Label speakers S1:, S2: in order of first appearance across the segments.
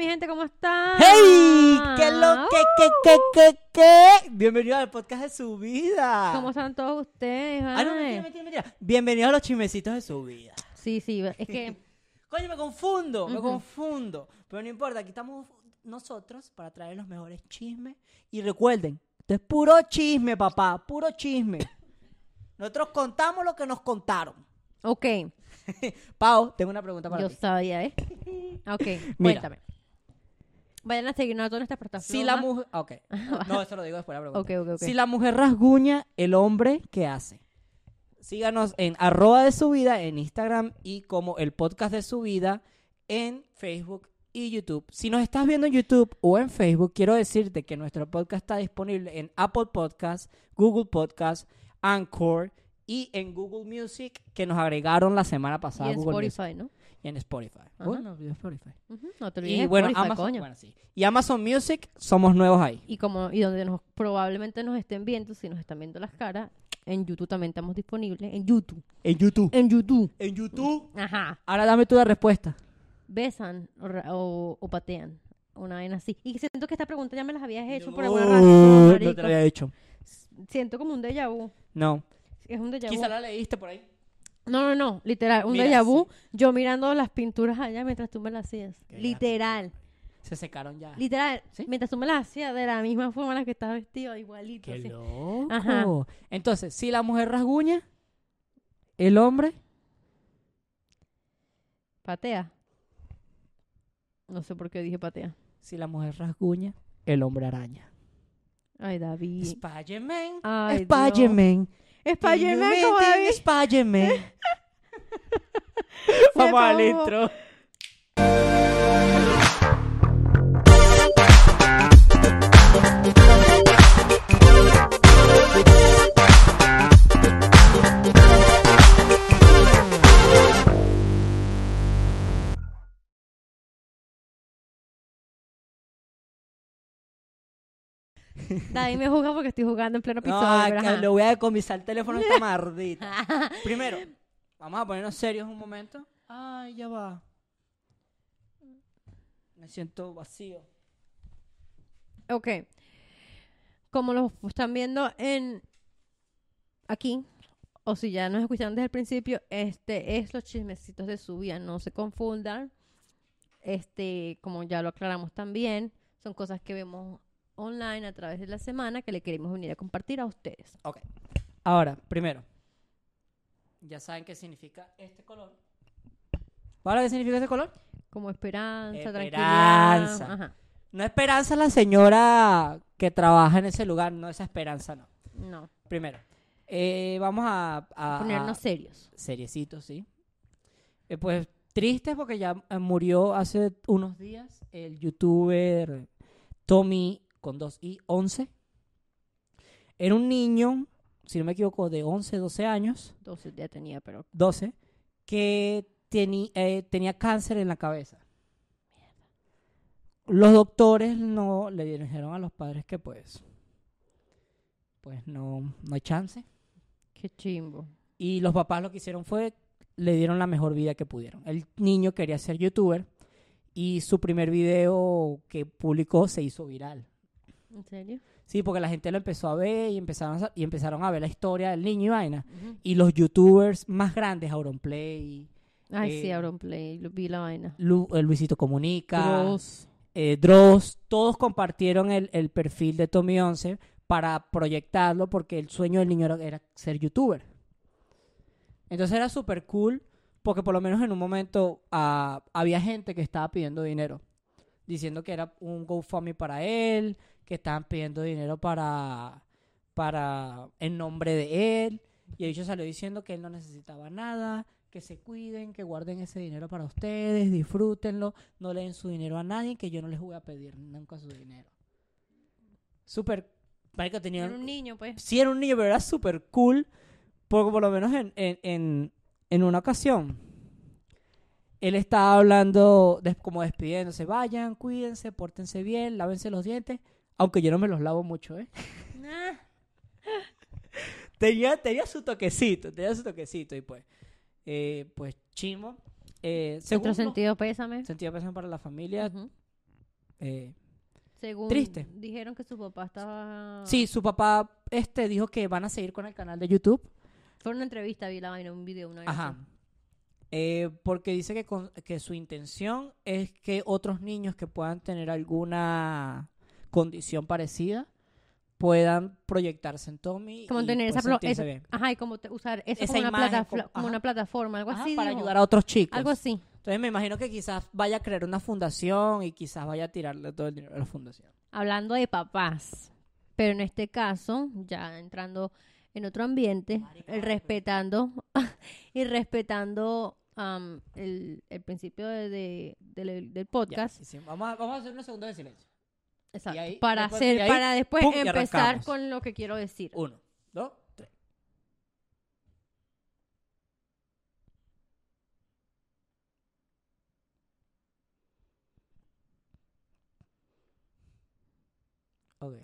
S1: gente? ¿Cómo están?
S2: ¡Hey! ¿Qué
S1: Ah.
S2: lo que, que, que, que, que? Bienvenidos al podcast de su vida.
S1: ¿Cómo están todos ustedes?
S2: Ah, no,
S1: vale?
S2: mentira, mentira, mentira. Bienvenidos a los chismecitos de su vida.
S1: Sí, sí, es que
S2: Coño, me confundo, me
S1: Ujú.
S2: confundo. Pero no importa, aquí estamos nosotros para traer los mejores chismes. Y recuerden, esto es puro chisme, papá, puro chisme. Nosotros contamos lo que nos contaron.
S1: Ok,
S2: Pau, tengo una pregunta para
S1: yo
S2: ti.
S1: sabía, ¿eh? Ok,
S2: Mira.
S1: cuéntame. Vayan a seguirnos a todas nuestras plataformas.
S2: Si la mujer... ah, Ok. No, eso lo digo después de la pregunta.
S1: Ok, ok, ok.
S2: Si la mujer rasguña, el hombre, ¿qué hace? Síganos en arroba de su vida en Instagram y como el podcast de su vida en Facebook y YouTube. Si nos estás viendo en YouTube o en Facebook, quiero decirte que nuestro podcast está disponible en Apple Podcast, Google Podcast, Anchor y en Google Music que nos agregaron la semana
S1: Y
S2: pasada
S1: en
S2: Google Music.
S1: Spotify, ¿no?
S2: y en Spotify.
S1: Ajá.
S2: Uy, no olvidé Spotify.
S1: Ujú, No te olvides
S2: Y
S1: de
S2: bueno,
S1: Spotify,
S2: Amazon,
S1: coño.
S2: bueno, sí. y Amazon Music somos nuevos ahí.
S1: Y como y donde nos probablemente nos estén viendo, si nos están viendo las caras, en YouTube también estamos disponibles. En YouTube.
S2: En YouTube.
S1: En YouTube.
S2: En YouTube.
S1: Ajá.
S2: Ahora dame tú la respuesta.
S1: besan o, ra- o- o patean. Una vaina así. Y siento que esta pregunta ya me las habías hecho por
S2: No,
S1: alguna razón.
S2: No
S1: marico.
S2: te lo había hecho.
S1: Siento como un déjà vu.
S2: No.
S1: Es un déjà vu.
S2: Quizá la leíste por ahí.
S1: No, no, no. Literal. Un
S2: Mira,
S1: déjà vu. Yo mirando las pinturas allá mientras tú me las hacías.
S2: Que ya-
S1: Literal.
S2: Se secaron ya.
S1: Literal.
S2: ¿Sí?
S1: Mientras tú me las hacías de la misma forma en la que estás vestido, igualito.
S2: Qué
S1: así.
S2: loco.
S1: Ajá.
S2: Entonces, si la mujer rasguña, el hombre.
S1: Patea. No sé por qué dije patea.
S2: Si la mujer rasguña, el hombre araña.
S1: Ay, David.
S2: Spider-Man.
S1: Ay,
S2: Spider-Man.
S1: Spider-Man como
S2: Illuminating
S1: David.
S2: Spider-Man. Vamos al
S1: pagó.
S2: intro.
S1: David me juzga porque estoy jugando en pleno
S2: No,
S1: episodio. pero
S2: acá
S1: ajá.
S2: le voy a decomisar el teléfono a esta mardita. Primero, vamos a ponernos serios un momento. Ay, ya va. Me siento vacío.
S1: Ok. Como los están viendo en aquí, o si ya nos escucharon desde el principio, este es los chismecitos de su vida, no se confundan. Este, como ya lo aclaramos también, son cosas que vemos online a través de la semana que le queremos venir a compartir a ustedes.
S2: Ok. Ahora, primero. Ya saben qué significa este color. ¿Para qué significa este color?
S1: Como esperanza,
S2: Esperanza.
S1: tranquilidad. Ajá.
S2: No esperanza la señora que trabaja en ese lugar, no esa esperanza, no.
S1: No,
S2: Primero, eh, vamos a, a- a-
S1: ponernos serios.
S2: seriecito, sí. Eh, pues triste porque ya eh, murió hace unos días el youtuber Tommy con 2 y 11. Era un niño, si no me equivoco, de 11, 12 años,
S1: Entonces ya tenía, pero
S2: 12, que teni- eh, tenía cáncer en la cabeza. Los doctores no le dijeron a los padres que pues pues no no hay chance.
S1: qué chimbo.
S2: Y los papás lo que hicieron fue, le dieron la mejor vida que pudieron. El niño quería ser youtuber y su primer video que publicó se hizo viral.
S1: ¿En serio?
S2: Sí, porque la gente lo empezó a ver y empezaron a, y empezaron a ver la historia del niño y vaina.
S1: Ujú.
S2: Y los youtubers más grandes, Auronplay,
S1: Ay, sí,
S2: Eh,
S1: Auron Play, lo- vi la vaina.
S2: Lu- eh, Luisito Comunica, Dross,
S1: Gross.
S2: Dross todos compartieron el, el perfil de Tommy 11 para proyectarlo porque el sueño del niño era, era ser youtuber. Entonces era súper cool porque por lo menos en un momento ah, había gente que estaba pidiendo dinero, diciendo que era un GoFundMe para él, que estaban pidiendo dinero para, para en nombre de él. Y el bicho salió diciendo que él no necesitaba nada, que se cuiden, que guarden ese dinero para ustedes, disfrútenlo, no le den su dinero a nadie, que yo no les voy a pedir nunca su dinero. Súper... Marico, tenía
S1: Era un niño, pues.
S2: sí era un niño, pero era súper cool. Porque por lo menos en, en- en- en una ocasión, él estaba hablando, des- como despidiéndose, vayan, cuídense, pórtense bien, lávense los dientes. Aunque yo no me los lavo mucho, ¿eh?
S1: Ah,
S2: Tenía, tenía su toquecito, tenía su toquecito. Y pues, eh, pues Eh, chimo. Eh,
S1: Otro
S2: segundo,
S1: sentido, pues, pésame.
S2: sentido de pésame para la familia.
S1: Ujú.
S2: eh,
S1: Según
S2: Triste.
S1: dijeron que su papá estaba...
S2: Sí, su papá este, dijo que van a seguir con el canal de YouTube.
S1: Fue una entrevista, vi la vaina, un video, una vaina
S2: Ajá.
S1: así.
S2: Eh, porque dice que, con- que su intención es que otros niños que puedan tener alguna condición parecida puedan proyectarse en Tommy
S1: Como
S2: y
S1: tener
S2: pues,
S1: esa... plo-
S2: sentirse
S1: esa-
S2: bien.
S1: Ajá, y como te- usar eso
S2: Esa
S1: como, una
S2: imagen,
S1: platafla-
S2: como-
S1: como
S2: ajá.
S1: una plataforma, algo
S2: Ajá,
S1: así.
S2: para
S1: dijo.
S2: ayudar a otros chicos.
S1: Algo así.
S2: Entonces me imagino que quizás vaya a crear una fundación y quizás vaya a tirarle todo el dinero a la fundación.
S1: Hablando de papás, pero en este caso, ya entrando en otro ambiente, el respetando y respetando am, el, el principio de, de- del- del
S2: Ya,
S1: podcast,
S2: sí, sí. Vamos, a, vamos a hacer unos segundos de silencio.
S1: exacto,
S2: Y ahí,
S1: para
S2: después-
S1: hacer,
S2: y ahí,
S1: para después
S2: pum, y
S1: empezar
S2: arrancamos.
S1: con lo que quiero decir.
S2: Uno, dos, tres. Ok.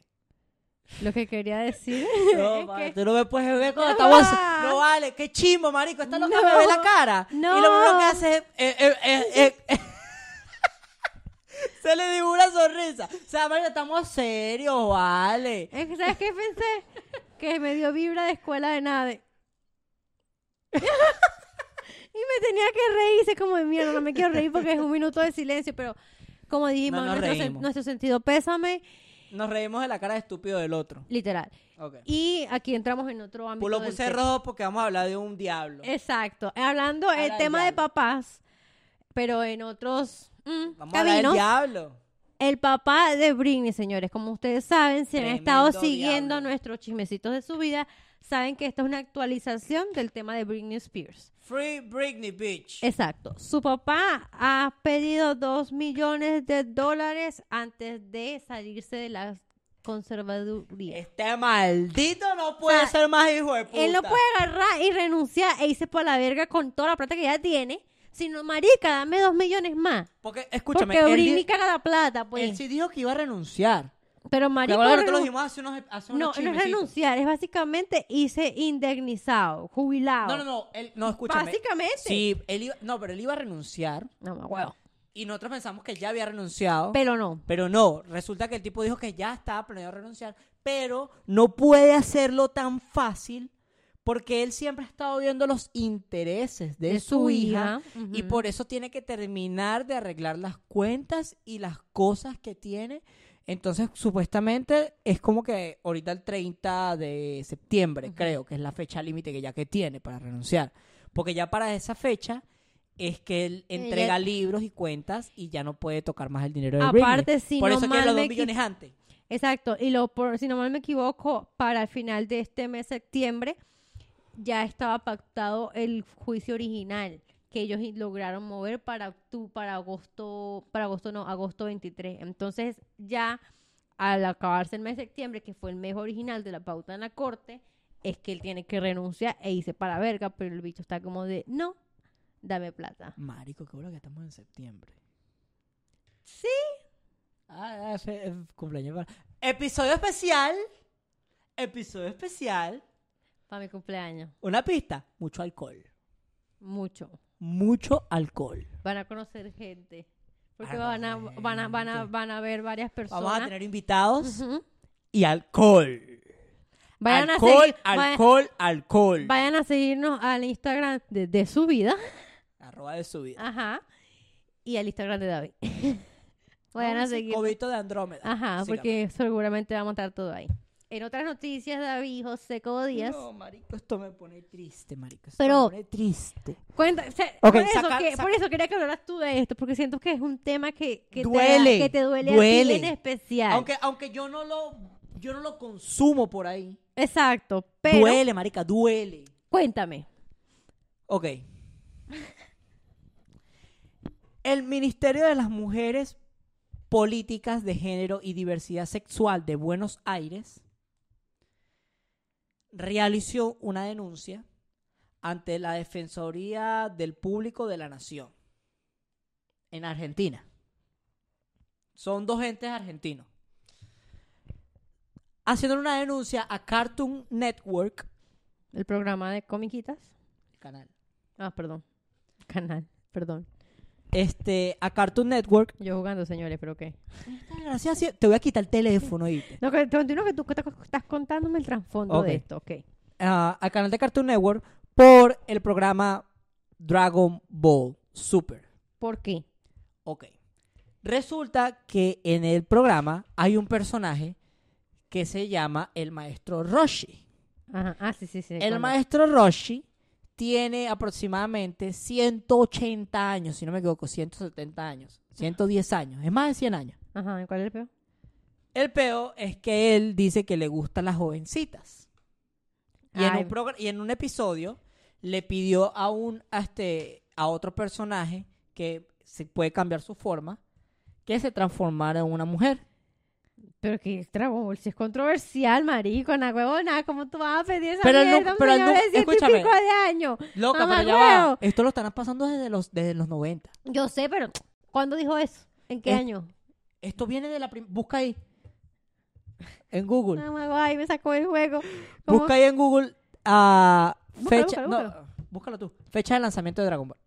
S1: Lo que quería decir
S2: No,
S1: es
S2: vale,
S1: que-
S2: tú no me puedes ver cuando estamos. No vale, qué chimbo, marico. Esta loca me ve la
S1: No,
S2: cara. Y lo
S1: no.
S2: primero que hace es. eh, eh, eh, eh, Se le dibuja una sonrisa. O sea, marico, estamos serios, vale.
S1: es que, ¿sabes qué pensé? que me dio vibra de escuela de nave. y me tenía que reír, hice como de mierda, no me quiero reír porque es un minuto de silencio, pero como dijimos,
S2: No nos
S1: nuestro, sen-
S2: reímos.
S1: nuestro sentido pésame,
S2: Nos reímos de la cara de estúpido del otro.
S1: literal.
S2: Ok.
S1: Y aquí entramos en otro ámbito.
S2: Lo
S1: del
S2: puse
S1: tema.
S2: rojo porque vamos a hablar de un diablo.
S1: Exacto. Hablando
S2: Ahora
S1: el tema de
S2: diablo.
S1: papás, pero en otros mm,
S2: Vamos a hablar del
S1: caminos.
S2: diablo.
S1: El papá de Britney, señores, como ustedes saben, si han estado
S2: Tremendo
S1: siguiendo
S2: diablo.
S1: nuestros chismecitos de su vida, saben que esta es una actualización del tema de Britney Spears.
S2: Free Britney Beach.
S1: Exacto. Su papá ha pedido dos millones de dólares antes de salirse de la conservaduría.
S2: Este maldito no puede
S1: O sea,
S2: ser más hijo de puta.
S1: Él no puede agarrar y renunciar e irse por la verga con toda la plata que ya tiene, sino, marica, dame dos millones más.
S2: Porque, escúchame,
S1: porque
S2: él, di-
S1: Britney cara la plata,
S2: él
S1: pues.
S2: sí dijo que iba a renunciar.
S1: Pero,
S2: Que
S1: marica,
S2: ahora nosotros lo
S1: renun-
S2: dijimos hace unos, e- hace
S1: No,
S2: unos
S1: no es
S2: chismecitos.
S1: renunciar, es básicamente irse indemnizado, jubilado.
S2: No, no, no. Él, no, escúchame.
S1: Básicamente.
S2: Sí, él iba, no, pero él iba a renunciar.
S1: No, me acuerdo.
S2: Y nosotros pensamos que él ya había renunciado.
S1: Pero no.
S2: Pero no, resulta que el tipo dijo que ya estaba planeado renunciar, pero no puede hacerlo tan fácil porque él siempre ha estado viendo los intereses de,
S1: De
S2: su,
S1: su
S2: hija,
S1: hija, ujú.
S2: y por eso tiene que terminar de arreglar las cuentas y las cosas que tiene. Entonces, supuestamente es como que ahorita el 30 de septiembre, creo que es la fecha límite que ya que tiene para renunciar, porque ya para esa fecha es que él
S1: Ella-
S2: entrega libros y cuentas y ya no puede tocar más el dinero de Britney.
S1: Aparte, si
S2: Por
S1: no
S2: eso
S1: mal
S2: quiero los
S1: me
S2: dos
S1: equi-
S2: millones antes.
S1: Exacto. Y lo por, si no mal me equivoco, para el final de este mes septiembre ya estaba pactado el juicio original que ellos i- lograron mover para octu- para agosto, para agosto no, agosto 23. Entonces, ya al acabarse el mes de septiembre, que fue el mes original de la pauta en la corte, es que él tiene que renunciar e irse para la verga, pero el bicho está como de, "No, dame plata."
S2: Marico, qué bueno que estamos en septiembre.
S1: Sí.
S2: Ah, ah, fe- eh, cumpleaños para- Episodio especial. Episodio especial.
S1: Para mi cumpleaños.
S2: Una pista. Mucho alcohol.
S1: Mucho.
S2: Mucho alcohol.
S1: van a conocer gente. Porque
S2: Ah,
S1: van a,
S2: no,
S1: van, a, van, a,
S2: gente.
S1: van a ver varias personas.
S2: Vamos a tener invitados
S1: Ujú.
S2: y alcohol.
S1: Vayan
S2: alcohol,
S1: a seguir, vayan-
S2: alcohol, alcohol.
S1: Vayan a seguirnos al Instagram de, de su vida.
S2: Arroba de su vida.
S1: Ajá. Y al Instagram de David. vayan
S2: No,
S1: a
S2: sí,
S1: seguir.
S2: Cobito de Andrómeda.
S1: Ajá,
S2: Síganme.
S1: porque seguramente vamos a estar todo ahí. En otras noticias, David José Cobo Díaz.
S2: No, marico, esto me pone triste, marico. Esto
S1: Pero-
S2: me pone triste.
S1: Cuenta, o sea,
S2: Ok,
S1: por, eso
S2: saca-
S1: que-
S2: saca-
S1: por eso quería que hablaras tú de esto, porque siento que es un tema que, que
S2: Duele,
S1: te, que te duele, a ti
S2: duele.
S1: en especial.
S2: Aunque, aunque yo no lo, yo no lo consumo por ahí.
S1: Exacto, pero
S2: Duele, marica, duele.
S1: cuéntame.
S2: Ok. El Ministerio de las Mujeres, Políticas de Género y Diversidad Sexual de Buenos Aires realizó una denuncia ante la Defensoría del Público de la Nación en Argentina. Son dos entes argentinos. Haciendo una denuncia a Cartoon Network,
S1: El programa de comiquitas.
S2: el canal,
S1: Ah, perdón. Canal, perdón.
S2: este, a Cartoon Network.
S1: Yo jugando, señores, pero qué.
S2: Esta desgracia sí- Te voy a quitar el teléfono, ¿oíste?
S1: No, que te continúo que tú estás- estás contándome el trasfondo
S2: Ok.
S1: de esto, ok.
S2: Ah, al canal de Cartoon Network por el programa Dragon Ball Super.
S1: ¿Por qué?
S2: Ok. Resulta que en el programa hay un personaje que se llama el maestro Roshi.
S1: Ajá. Ah, sí, sí, sí.
S2: El
S1: cuando-
S2: maestro Roshi tiene aproximadamente 180 años, si no me equivoco, 170 años, 110 años, es más de 100 años.
S1: Ajá, ¿y ¿cuál es el peor?
S2: El peo es que él dice que le gustan las jovencitas. Y en,
S1: Ay.
S2: un progr- y en un episodio le pidió a un a este a otro personaje que se puede cambiar su forma que se transformara en una mujer.
S1: Pero que el Dragon Ball sí es controversial, marico, na huevona, ¿cómo tú vas a pedir esa
S2: Pero él nu-
S1: mierda a un
S2: pero él
S1: señor
S2: nu-
S1: de ciento y
S2: escúchame.
S1: pico de años?
S2: Loca,
S1: Mamá
S2: pero ya va.
S1: huevo.
S2: Esto lo están pasando desde los desde los 90.
S1: Yo sé, pero ¿cuándo dijo eso? ¿En qué
S2: Es-
S1: año?
S2: Esto viene de la prim- busca ahí en Google.
S1: Ah, mago, ay, me sacó el juego. ¿Cómo?
S2: Busca ahí en Google a
S1: Búscalo,
S2: fecha.
S1: búscalo,
S2: no, búscalo tú. Fecha de lanzamiento de Dragon Ball.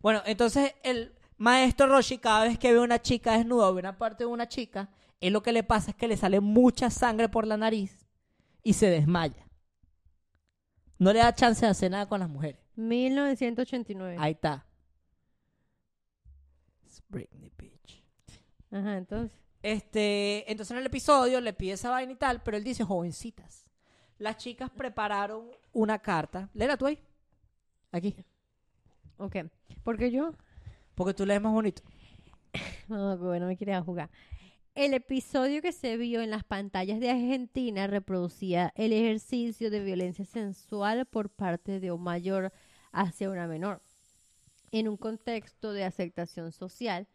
S2: Bueno, entonces el maestro Roshi, cada vez que ve una chica desnuda o ve una parte de una chica, él lo que le pasa es que le sale mucha sangre por la nariz y se desmaya. No le da chance de hacer nada con las mujeres.
S1: 1989.
S2: Ahí está. It's Britney, bitch.
S1: Ajá, entonces.
S2: Este, entonces en el episodio le pide esa vaina y tal, pero él dice jovencitas. Las chicas prepararon una carta. Léela tú ahí. Aquí.
S1: Ok. Porque yo.
S2: Porque tú lees más bonito.
S1: No, bueno, me quería jugar. El episodio que se vio en las pantallas de Argentina reproducía el ejercicio de violencia sensual por parte de un mayor hacia una menor, en un contexto de aceptación social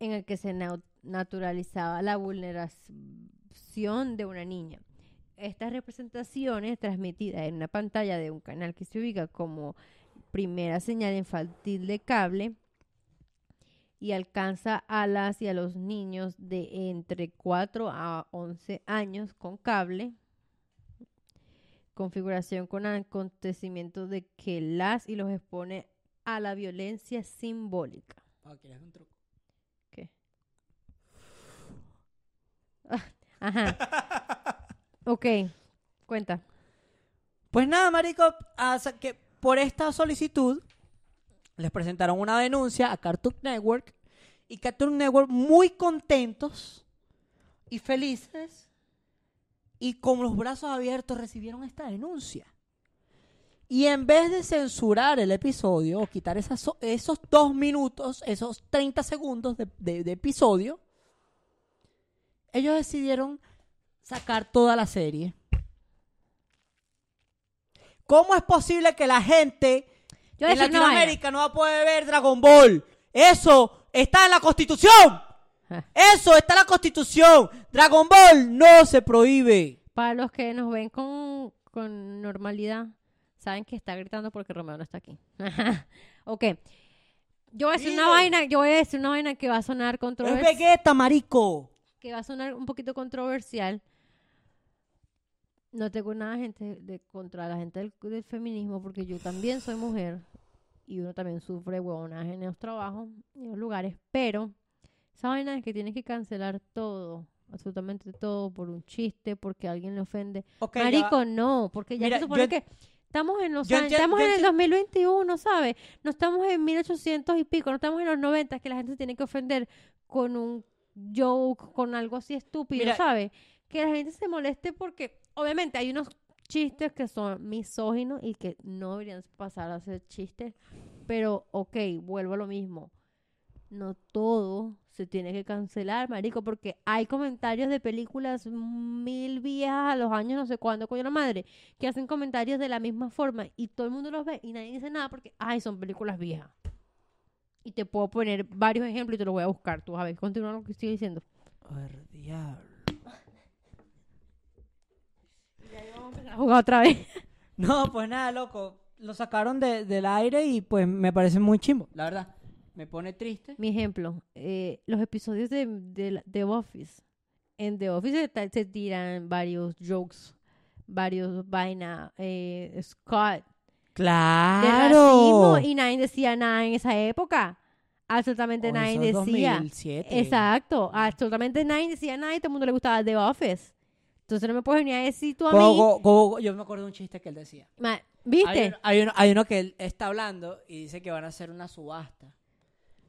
S1: en el que se nau- naturalizaba la vulneración de una niña. Estas representaciones transmitidas en una pantalla de un canal que se ubica como primera señal infantil de cable y alcanza a las y a los niños de entre 4 a 11 años con cable. Configuración con acontecimiento de que las y los expone a la violencia simbólica. ¿Qué? Ah, Ajá. Ok, cuenta.
S2: Pues nada, marico, hasta que por esta solicitud les presentaron una denuncia a Cartoon Network y Cartoon Network muy contentos y felices y con los brazos abiertos recibieron esta denuncia. Y en vez de censurar el episodio o quitar esas so- esos dos minutos, esos 30 segundos de- de- de episodio, ellos decidieron sacar toda la serie. ¿Cómo es posible que la gente
S1: Yo voy a
S2: en
S1: decir una vaina.
S2: Latinoamérica no va a poder ver Dragon Ball? Eso está en la Constitución.
S1: Ah.
S2: Eso está en la Constitución. Dragon Ball no se prohíbe.
S1: Para los que nos ven con, con normalidad, saben que está gritando porque Romeo no está aquí. ok. Yo voy a decir una
S2: Dilo.
S1: vaina, yo voy a decir una vaina que va a sonar
S2: Es
S1: controversial,
S2: Vegeta, marico.
S1: que va a sonar un poquito controversial. No tengo nada gente de, contra la gente del, del feminismo porque yo también soy mujer y uno también sufre huevonaje en los trabajos, en los lugares, pero esa vaina es que tienes que cancelar todo, absolutamente todo por un chiste, porque alguien le ofende.
S2: Ok, ya va.
S1: Marico, no, porque ya
S2: Mira,
S1: se supone
S2: yo-
S1: que estamos en los
S2: yo
S1: años-
S2: entiendo-
S1: estamos
S2: yo
S1: en el
S2: entiendo-
S1: 2021, ¿sabes? No estamos en 1800 y pico, no estamos en los 90 que la gente se tiene que ofender con un joke, con algo así estúpido,
S2: Mira-
S1: ¿sabes? Que la gente se moleste porque obviamente hay unos chistes que son misóginos y que no deberían pasar a ser chistes, pero ok, vuelvo a lo mismo. No todo se tiene que cancelar, marico, porque hay comentarios de películas mil viejas a los años no sé cuándo, coño la madre, que hacen comentarios de la misma forma y todo el mundo los ve y nadie dice nada porque, ay, son películas viejas. Y te puedo poner varios ejemplos y te los voy a buscar. Tú, a ver, continúa lo que estoy diciendo.
S2: A ver, diablo.
S1: La jugada otra vez.
S2: No, pues nada, loco. Lo sacaron de- del aire y pues me parece muy chimbo, la verdad. Me pone triste.
S1: Mi ejemplo, eh, los episodios de, de, la- de Office. En The Office está- se tiran varios jokes, varios vaina, eh, Scott, de
S2: Claro.
S1: racismo y nadie decía nada en esa época. Absolutamente
S2: O
S1: Nine
S2: esos
S1: decía.
S2: 2007.
S1: Exacto, absolutamente Nine decía Nine, todo el mundo le gustaba The Office. Entonces no me puedes venir a decir tú a
S2: Go,
S1: mí.
S2: go, go, go. Yo me acuerdo de un chiste que él decía.
S1: ma-
S2: Hay
S1: ¿Viste?
S2: uno, hay uno- hay uno que él está hablando y dice que van a hacer una subasta.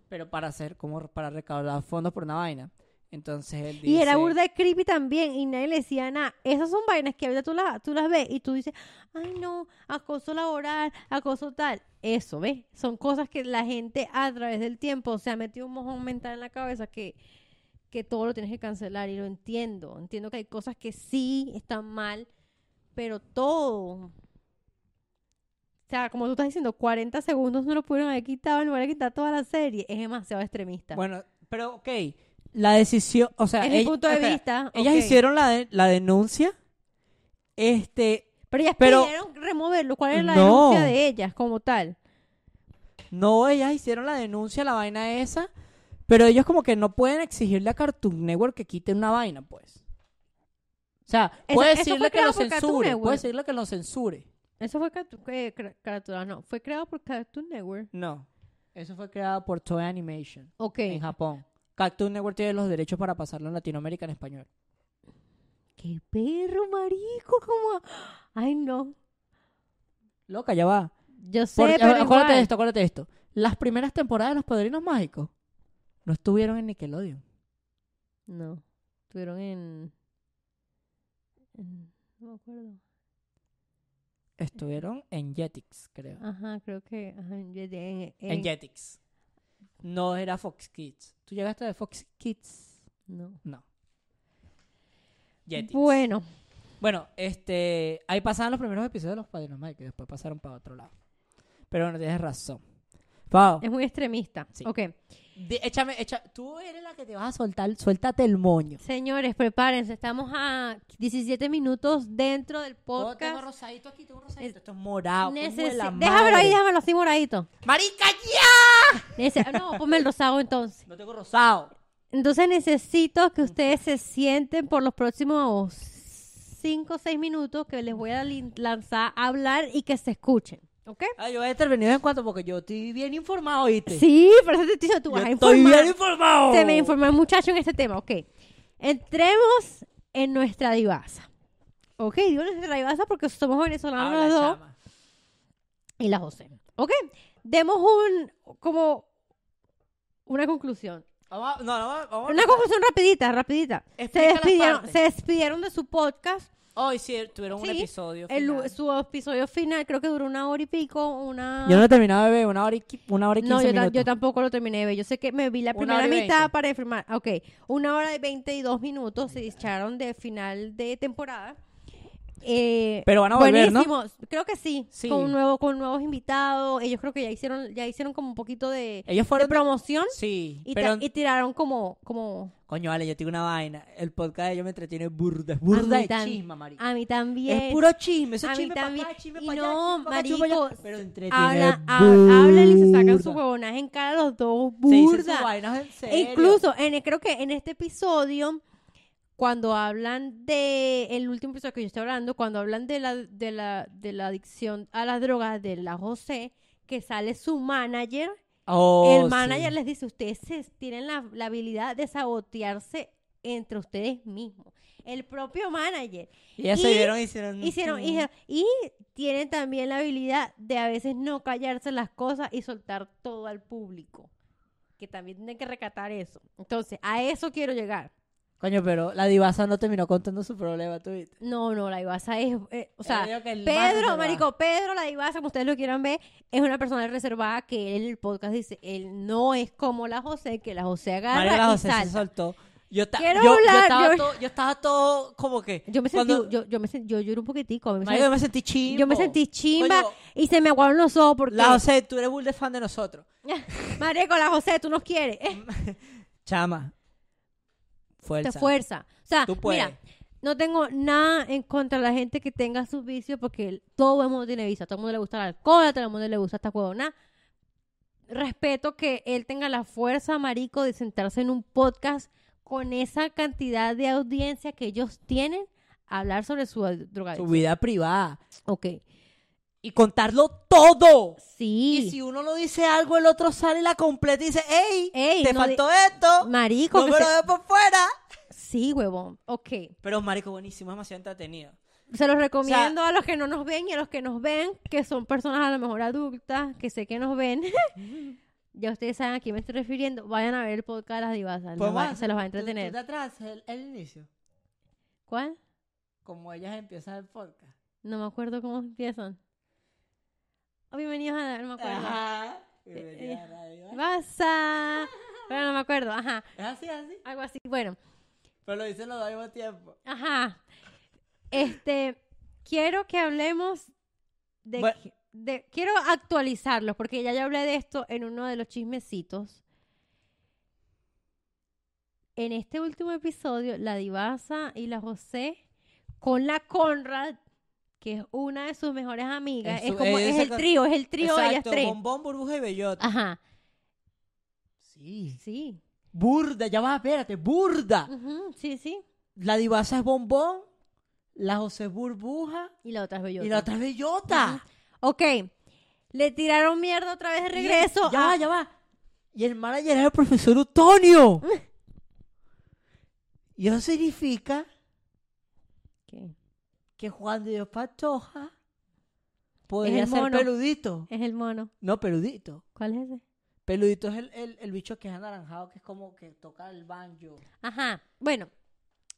S2: Pero para hacer, como para recaudar fondos por una vaina. Entonces él dice.
S1: Y era burda de creepy también, y nadie le decía nada. Esas son vainas que ahorita tú, la- tú las ves y tú dices, ay no, acoso laboral, acoso tal. Eso, ¿ves? Son cosas que la gente a través del tiempo se ha metido un mojón mental en la cabeza que, que todo lo tienes que cancelar, y lo entiendo. Entiendo que hay cosas que sí están mal, pero todo. O sea, como tú estás diciendo, 40 segundos no lo pudieron haber quitado, en lugar de quitar toda la serie. Es demasiado extremista.
S2: Bueno, pero ok. La decisión. O sea,
S1: es mi
S2: ella-
S1: punto de
S2: espera,
S1: vista.
S2: Ellas
S1: ok.
S2: hicieron la, de- la denuncia. Este.
S1: Pero ellas
S2: Pero-
S1: pidieron removerlo. ¿Cuál era la
S2: No.
S1: denuncia de ellas como tal?
S2: No, ellas hicieron la denuncia, la vaina esa. Pero ellos como que no pueden exigirle a Cartoon Network que quite una vaina, pues. O sea,
S1: Eso-
S2: puede
S1: eso fue
S2: decirle que
S1: creado
S2: lo
S1: por Cartoon
S2: censure.
S1: Network.
S2: Puede decirle que lo censure.
S1: Eso fue Cartoon, eh, cra- Cartoon- no, fue creado por Cartoon Network.
S2: No. Eso fue creado por Toei Animation
S1: Ok,
S2: en Japón. Cartoon Network tiene los derechos para pasarlo en Latinoamérica en español.
S1: qué perro marico, como, ay no,
S2: Loca, ya va.
S1: yo sé,
S2: Porque-
S1: pero
S2: acuérdate de
S1: igual.
S2: esto, acuérdate de esto. Las primeras temporadas de Los Padrinos Mágicos no estuvieron en Nickelodeon.
S1: No, estuvieron en, en- no me acuerdo.
S2: Estuvieron en Jetix, creo.
S1: Ajá, creo que ajá, en, en- en-
S2: Ah, En Jetix. No era Fox Kids. ¿Tú llegaste de Fox Kids?
S1: no.
S2: No. Jetix.
S1: Bueno,
S2: Bueno, este, ahí pasaban los primeros episodios de Los Padrinos Mágicos, después pasaron para otro lado. Pero bueno, tienes razón. Pau,
S1: es muy extremista.
S2: Oh. Sí.
S1: Ok,
S2: de- échame, echa, tú eres la que te vas a soltar, suéltate el moño.
S1: señores, prepárense, estamos a 17 minutos dentro del
S2: Oh, tengo
S1: podcast.
S2: rosadito aquí, tengo rosadito, esto es morado.
S1: Necesi-
S2: Necesi
S1: déjamelo ahí, déjamelo así moradito.
S2: Marica, ya.
S1: Nece- no, ponme el rosado entonces.
S2: No tengo rosado.
S1: Entonces necesito que ustedes se sienten por los próximos 5 o 6 minutos que les voy a li- lanzar a hablar y que se escuchen. ¿Ok?
S2: Ah, yo voy a intervenir en cuanto porque yo estoy bien informado, ¿oíste?
S1: Sí, por eso te estoy diciendo, tú
S2: Yo
S1: vas a
S2: estoy
S1: informar.
S2: bien informado.
S1: Se me informó el muchacho en este tema. Ok. Entremos en nuestra divasa. Ok, digo nuestra divasa porque somos venezolanos
S2: Habla,
S1: los dos.
S2: Ah, chama.
S1: y la José. ¿Ok? Demos un, como, una conclusión.
S2: Vamos a- no, no, vamos a-
S1: Una conclusión rapidita, rapidita. Se
S2: Explica las
S1: despidieron,
S2: partes.
S1: se despidieron de su podcast.
S2: Hoy sí tuvieron un
S1: Sí,
S2: episodio.
S1: El-
S2: final.
S1: su episodio final creo que duró una hora y pico, una...
S2: Yo no he terminado de ver una hora y, qui- una hora y
S1: No,
S2: 15
S1: yo, ta-
S2: minutos.
S1: yo tampoco lo terminé de ver. Yo sé que me vi la
S2: Una
S1: primera
S2: hora y
S1: mitad
S2: veinte.
S1: para informar. Ok, una hora y 22 minutos se echaron de final de temporada. Eh,
S2: Pero van a volver, ¿no?
S1: buenísimo. Creo que sí,
S2: Sí.
S1: Con, un nuevo, con nuevos invitados. Ellos creo que ya hicieron, ya hicieron como un poquito de,
S2: Ellos
S1: de
S2: fueron...
S1: promoción
S2: Sí,
S1: y,
S2: pero...
S1: ta- y tiraron como... como
S2: Coño, vale, yo tengo una vaina. El podcast de ellos me entretiene burda. Es burda
S1: mí
S2: de
S1: tan-
S2: chisma, marica.
S1: a mí también.
S2: Es puro chisme. Eso
S1: a
S2: es
S1: mí
S2: chisme para
S1: también.
S2: acá, chisme
S1: Y
S2: para allá,
S1: no,
S2: chisme pa' acá, chisme pa'
S1: marico,
S2: allá. Pero entretiene
S1: Hablan, hab- hablan y se sacan sus
S2: burda.
S1: huevonas en cara los dos,
S2: Se dicen sus
S1: burda.
S2: vainas en
S1: E
S2: serio.
S1: incluso, en, el- creo que en este episodio, cuando hablan de, el último episodio que yo estoy hablando, cuando hablan de la, de la, de la adicción a las drogas de la José, que sale su manager,
S2: Oh,
S1: el manager
S2: sí.
S1: les dice, ustedes se- tienen la, la habilidad de sabotearse entre ustedes mismos. El propio manager.
S2: Y ellas se
S1: y-
S2: vieron y hicieron...
S1: Hicieron, hija- y tienen también la habilidad de a veces no callarse las cosas y soltar todo al público. Que también tienen que recatar eso. Entonces, a eso quiero llegar.
S2: Coño, pero la divasa no terminó contando su problema, tú viste.
S1: No, no, la Ibaza es. eh, o sea,
S2: Yo digo que el manager
S1: Pedro,
S2: va.
S1: Marico, Pedro, la Ibaza, como ustedes lo quieran ver, es una persona reservada que él en el podcast dice: él no es como la José, que la José agarra
S2: Marica,
S1: y
S2: José se
S1: salta.
S2: soltó. Yo, ta-
S1: Quiero
S2: yo, yo
S1: hablar,
S2: estaba
S1: yo-
S2: Todo, yo estaba todo como que.
S1: Yo me sentí,
S2: cuando-
S1: yo, yo me sentí, yo lloré un poquitico. a mí me
S2: Marica, yo me sentí
S1: sentí-
S2: chimbo.
S1: yo me sentí chimba
S2: Coño,
S1: y se me aguaron los ojos porque.
S2: La José, tú eres bull de fan de nosotros.
S1: Marico, la José, tú nos quieres. Eh,
S2: Chama. Fuerza.
S1: te fuerza. O sea,
S2: Tú puedes.
S1: mira, no tengo nada en contra de la gente que tenga sus vicios porque el- todo el mundo tiene vicio. A todo el mundo le gusta el alcohol, a todo el mundo le gusta esta huevona. Respeto que él tenga la fuerza, marico, de sentarse en un podcast con esa cantidad de audiencia que ellos tienen a hablar sobre su ad-
S2: Su
S1: drogadicción.
S2: vida privada.
S1: Ok.
S2: y contarlo todo. Y
S1: Sí.
S2: si uno no dice algo, el otro sale y la completa y dice, ¡Ey!
S1: Ey,
S2: te
S1: no
S2: faltó esto.
S1: Marico,
S2: no
S1: que
S2: me lo
S1: se-
S2: des por fuera.
S1: sí, huevón. Ok.
S2: Pero marico, buenísimo, es demasiado entretenido.
S1: Se los recomiendo a los que no nos ven y a los que nos ven, que son personas a lo mejor adultas, que sé que nos ven. ya ustedes saben a quién me estoy refiriendo. Vayan a ver el podcast de las divas. les
S2: Podemos
S1: Pues va-
S2: hacer-
S1: se los va a
S2: Pues tú- tú
S1: entretener.
S2: de atrás, el, el inicio.
S1: ¿Cuál?
S2: Como ellas empiezan el podcast.
S1: No me acuerdo cómo empiezan. Oh, bienvenidos a... No me acuerdo.
S2: Ajá.
S1: Eh,
S2: Bienvenida a Radio Bar.
S1: Basta. Pero no me acuerdo. Ajá.
S2: Es así, es así.
S1: Algo así. Bueno.
S2: Pero lo dicen los dos al mismo tiempo.
S1: Ajá. Este, quiero que hablemos de,
S2: Bueno.
S1: de- Quiero actualizarlos, porque ya yo hablé de esto en uno de los chismecitos. En este último episodio, la Divasa y la José con la Conrad, que es una de sus mejores amigas.
S2: Es
S1: Es,
S2: su-
S1: como,
S2: ella
S1: es
S2: se
S1: el
S2: con-
S1: trío, es el trío de ellas
S2: eh, Exacto,
S1: tres. Ah.
S2: bombón, burbuja y bellota.
S1: Ajá,
S2: Sí.
S1: sí.
S2: Burda, ya vas, espérate, burda.
S1: Ujú, sí, sí.
S2: La divasa es bombón, la José es burbuja
S1: Y la otra es bellota.
S2: y la otra es bellota.
S1: Ok. Le tiraron mierda otra vez de regreso.
S2: Y- Ya
S1: a-
S2: va, ya va. Y el manager es el profesor Utonio. y eso significa
S1: ¿Qué?
S2: que Juan de Dios Pantoja podría
S1: el
S2: ser
S1: mono.
S2: peludito.
S1: Es el mono.
S2: No, peludito.
S1: ¿Cuál es ese?
S2: Peludito es el, el- el bicho que es anaranjado, que es como que toca el banjo
S1: Ajá. Bueno,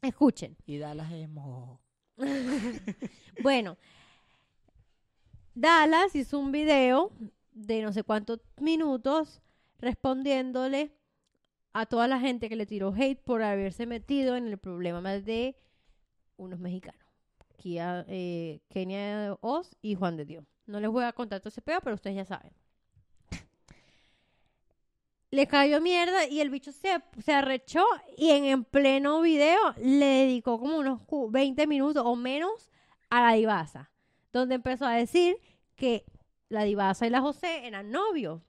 S1: escuchen.
S2: y da las emo.
S1: Bueno, Dallas hizo un video de no sé cuántos minutos respondiéndole a toda la gente que le tiró hate por haberse metido en el problema de unos mexicanos. Kia- eh, Kenia Oz y Juan de Dios. No les voy a contar todo ese pedo, pero ustedes ya saben. Le cayó mierda y el bicho se, se arrechó y en, en pleno video le dedicó como unos cu- 20 minutos o menos a la divasa, donde empezó a decir que la divasa y la José eran novios.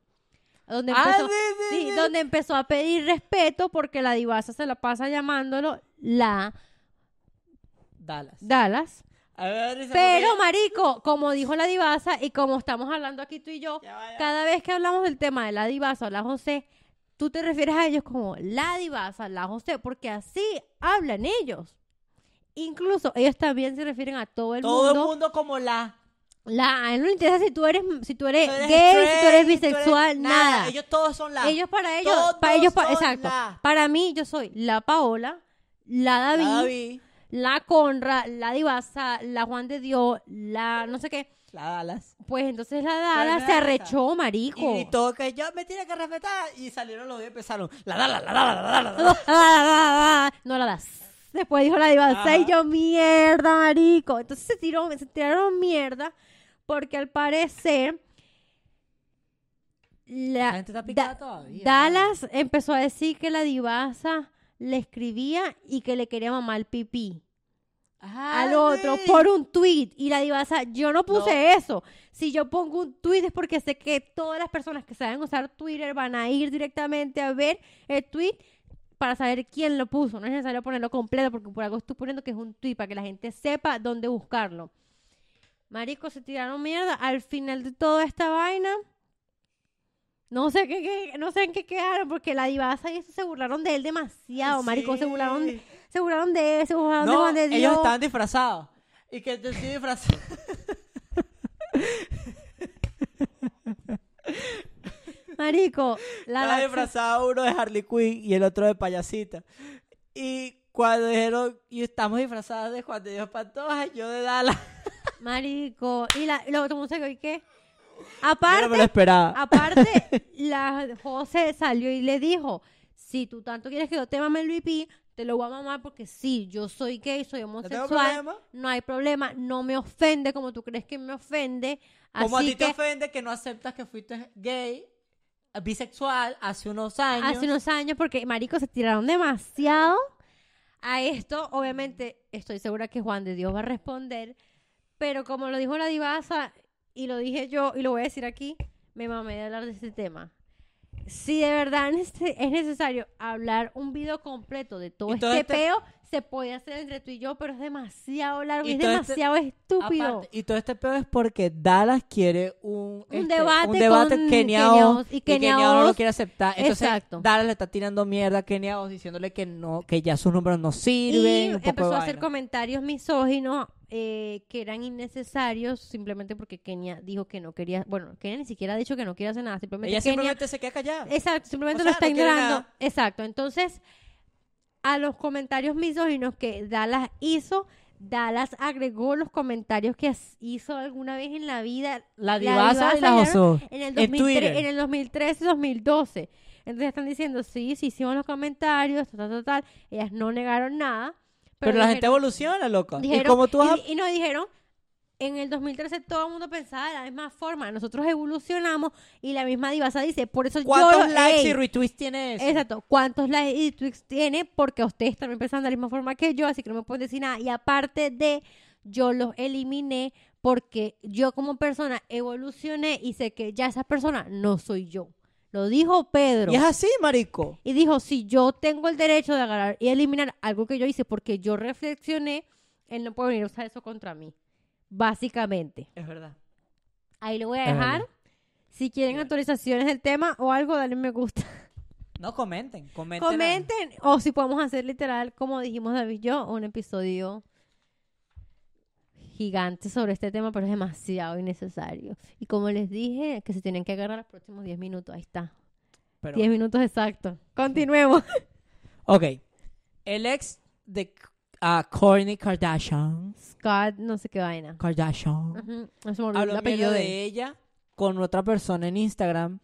S1: Donde
S2: Ah,
S1: empezó,
S2: sí, sí,
S1: sí,
S2: sí.
S1: donde empezó a pedir respeto porque la divasa se la pasa llamándolo la
S2: Dallas.
S1: Dallas.
S2: A ver, dice,
S1: Pero,
S2: porque-
S1: marico, como dijo la divasa y como estamos hablando aquí tú y yo,
S2: Ya va, ya
S1: cada vez que hablamos del tema de la divasa o la José, tú te refieres a ellos como la divasa, la José, porque así hablan ellos. Incluso ellos también se refieren a todo el
S2: todo
S1: mundo.
S2: el mundo como la.
S1: La, a él no le interesa si tú eres, si tú eres,
S2: tú eres
S1: Eh, gay, si tú
S2: straight,
S1: eres bisexual, nada.
S2: Ellos todos son la.
S1: Ellos para ellos,
S2: Todos
S1: para ellos, pa-
S2: son
S1: exacto.
S2: la.
S1: Para mí, yo soy la Paola, la David,
S2: La
S1: la,
S2: David,
S1: Conra, la Divasa, la Juan de Dios, la no sé qué.
S2: la Dallas.
S1: Pues entonces la Dada
S2: es
S1: se
S2: la
S1: arrechó, marico.
S2: Y todo que yo me tiene que respetar. Y salieron los dos y empezaron. La Dallas, la Dallas, la Dallas. la Dallas.
S1: no la das. Después dijo la divasa
S2: Ajá.
S1: y yo, mierda, marico. Entonces se, tiró, se tiraron mierda porque al parecer la,
S2: La gente está picada
S1: Da-
S2: todavía.
S1: Dallas empezó a decir que la divasa le escribía y que le quería mamar el pipí
S2: Ajá,
S1: al otro
S2: sí.
S1: por un tweet y la divasa yo no puse
S2: No.
S1: eso si yo pongo un tweet es porque sé que todas las personas que saben usar Twitter van a ir directamente a ver el tweet para saber quién lo puso no es necesario ponerlo completo porque por algo estoy poniendo que es un tweet para que la gente sepa dónde buscarlo marico se tiraron mierda al final de toda esta vaina no sé qué, qué- no sé en qué quedaron porque la divasa y eso se burlaron de él demasiado marico se
S2: Sí.
S1: burlaron se burlaron de él se burlaron de
S2: No,
S1: Juan de Dios
S2: ellos estaban disfrazados. Y que yo estoy disfrazado.
S1: Marico, la
S2: Estaba
S1: Daxa-
S2: disfrazado uno de Harley Quinn y el otro de payasita. Y cuando dijeron, y estamos disfrazados de Juan de Dios Pantoja, yo de Dallas.
S1: Marico, y la, lo tomó seco y qué.
S2: Yo no me lo
S1: Aparte,
S2: esperaba.
S1: aparte, la José salió y le dijo: Si tú tanto quieres que yo te mame el pipí, te lo voy a mamar porque sí, yo soy gay, soy homosexual,
S2: problema.
S1: no hay problema, no me ofende como tú crees que me ofende.
S2: Como
S1: así
S2: a ti te
S1: que
S2: ofende que no aceptas que fuiste gay, bisexual, hace unos años.
S1: hace unos años, porque Marico se tiraron demasiado a esto. Obviamente, estoy segura que Juan de Dios va a responder, pero como lo dijo la divasa y lo dije yo y lo voy a decir aquí, me mamé de hablar de este tema. si de verdad nece- es necesario hablar un video completo de todo
S2: Y todo
S1: este
S2: este-
S1: peo, se puede hacer entre tú y yo, pero es demasiado largo y,
S2: Y
S1: es
S2: todo este-
S1: demasiado estúpido.
S2: Aparte, y todo este pedo es porque Dallas quiere un, este,
S1: debate
S2: un debate
S1: con
S2: Kenia
S1: Kenia
S2: Oz,
S1: Oz, y
S2: y
S1: Kenia
S2: Kenia Oz no
S1: Oz-
S2: lo quiere aceptar. Entonces,
S1: Exacto.
S2: Dallas le está tirando mierda a Kenia Oz diciéndole que no, que ya sus números no sirven.
S1: y
S2: un poco de
S1: empezó a hacer
S2: vaina.
S1: comentarios misóginos eh, que eran innecesarios simplemente porque Kenia dijo que no quería, bueno, Kenia ni siquiera ha dicho que no quiere hacer nada, simplemente
S2: Ella
S1: Kenia-
S2: simplemente se queda callada.
S1: Exacto, simplemente
S2: O
S1: lo
S2: sea,
S1: está
S2: no quiere
S1: ignorando.
S2: nada.
S1: Exacto, entonces a los comentarios misóginos que Dallas hizo, Dallas agregó los comentarios que as- hizo alguna vez en la vida
S2: La divasa y la
S1: Divaza,
S2: Oso.
S1: en el,
S2: En
S1: 2003,
S2: Twitter.
S1: en el 2013 y 2012. Entonces están diciendo, sí, sí hicimos los comentarios, tal, tal, tal, tal. Ellas no negaron nada.
S2: Pero, la gente
S1: dijeron-
S2: evoluciona, loco. y
S1: dijeron-
S2: como tú vas a-
S1: y, y nos dijeron, en el 2013 todo el mundo pensaba de la misma forma. Nosotros evolucionamos y la misma divasa dice, por eso yo...
S2: ¿Cuántos
S1: lo-
S2: likes
S1: ey,
S2: y retweets tiene eso?
S1: Exacto, cuántos likes y tweets tiene, porque ustedes también pensaban de la misma forma que yo, así que no me pueden decir nada. Y aparte de, yo los eliminé porque yo como persona evolucioné y sé que ya esa persona no soy yo. Lo dijo Pedro.
S2: Y es así, marico.
S1: Y dijo, si yo tengo el derecho de agarrar y eliminar algo que yo hice porque yo reflexioné, él no puede venir a usar eso contra mí. Básicamente.
S2: Es verdad.
S1: Ahí lo voy a
S2: Es
S1: dejar.
S2: verdad.
S1: Si quieren actualizaciones del tema o algo, dale me gusta.
S2: No, comenten, comenten.
S1: Comenten o si podemos hacer literal, como dijimos David y yo, un episodio gigante sobre este tema, pero es demasiado innecesario. Y como les dije, que se tienen que agarrar los próximos 10 minutos. Ahí está.
S2: Pero
S1: 10 minutos exactos. Continuemos.
S2: Ok. El ex de ah, Kourtney Kardashian.
S1: Scott, no sé qué vaina.
S2: Kardashian.
S1: Ujú, no se me olvidó el
S2: Habló
S1: apellido
S2: mierda
S1: de él,
S2: de ella con otra persona en Instagram.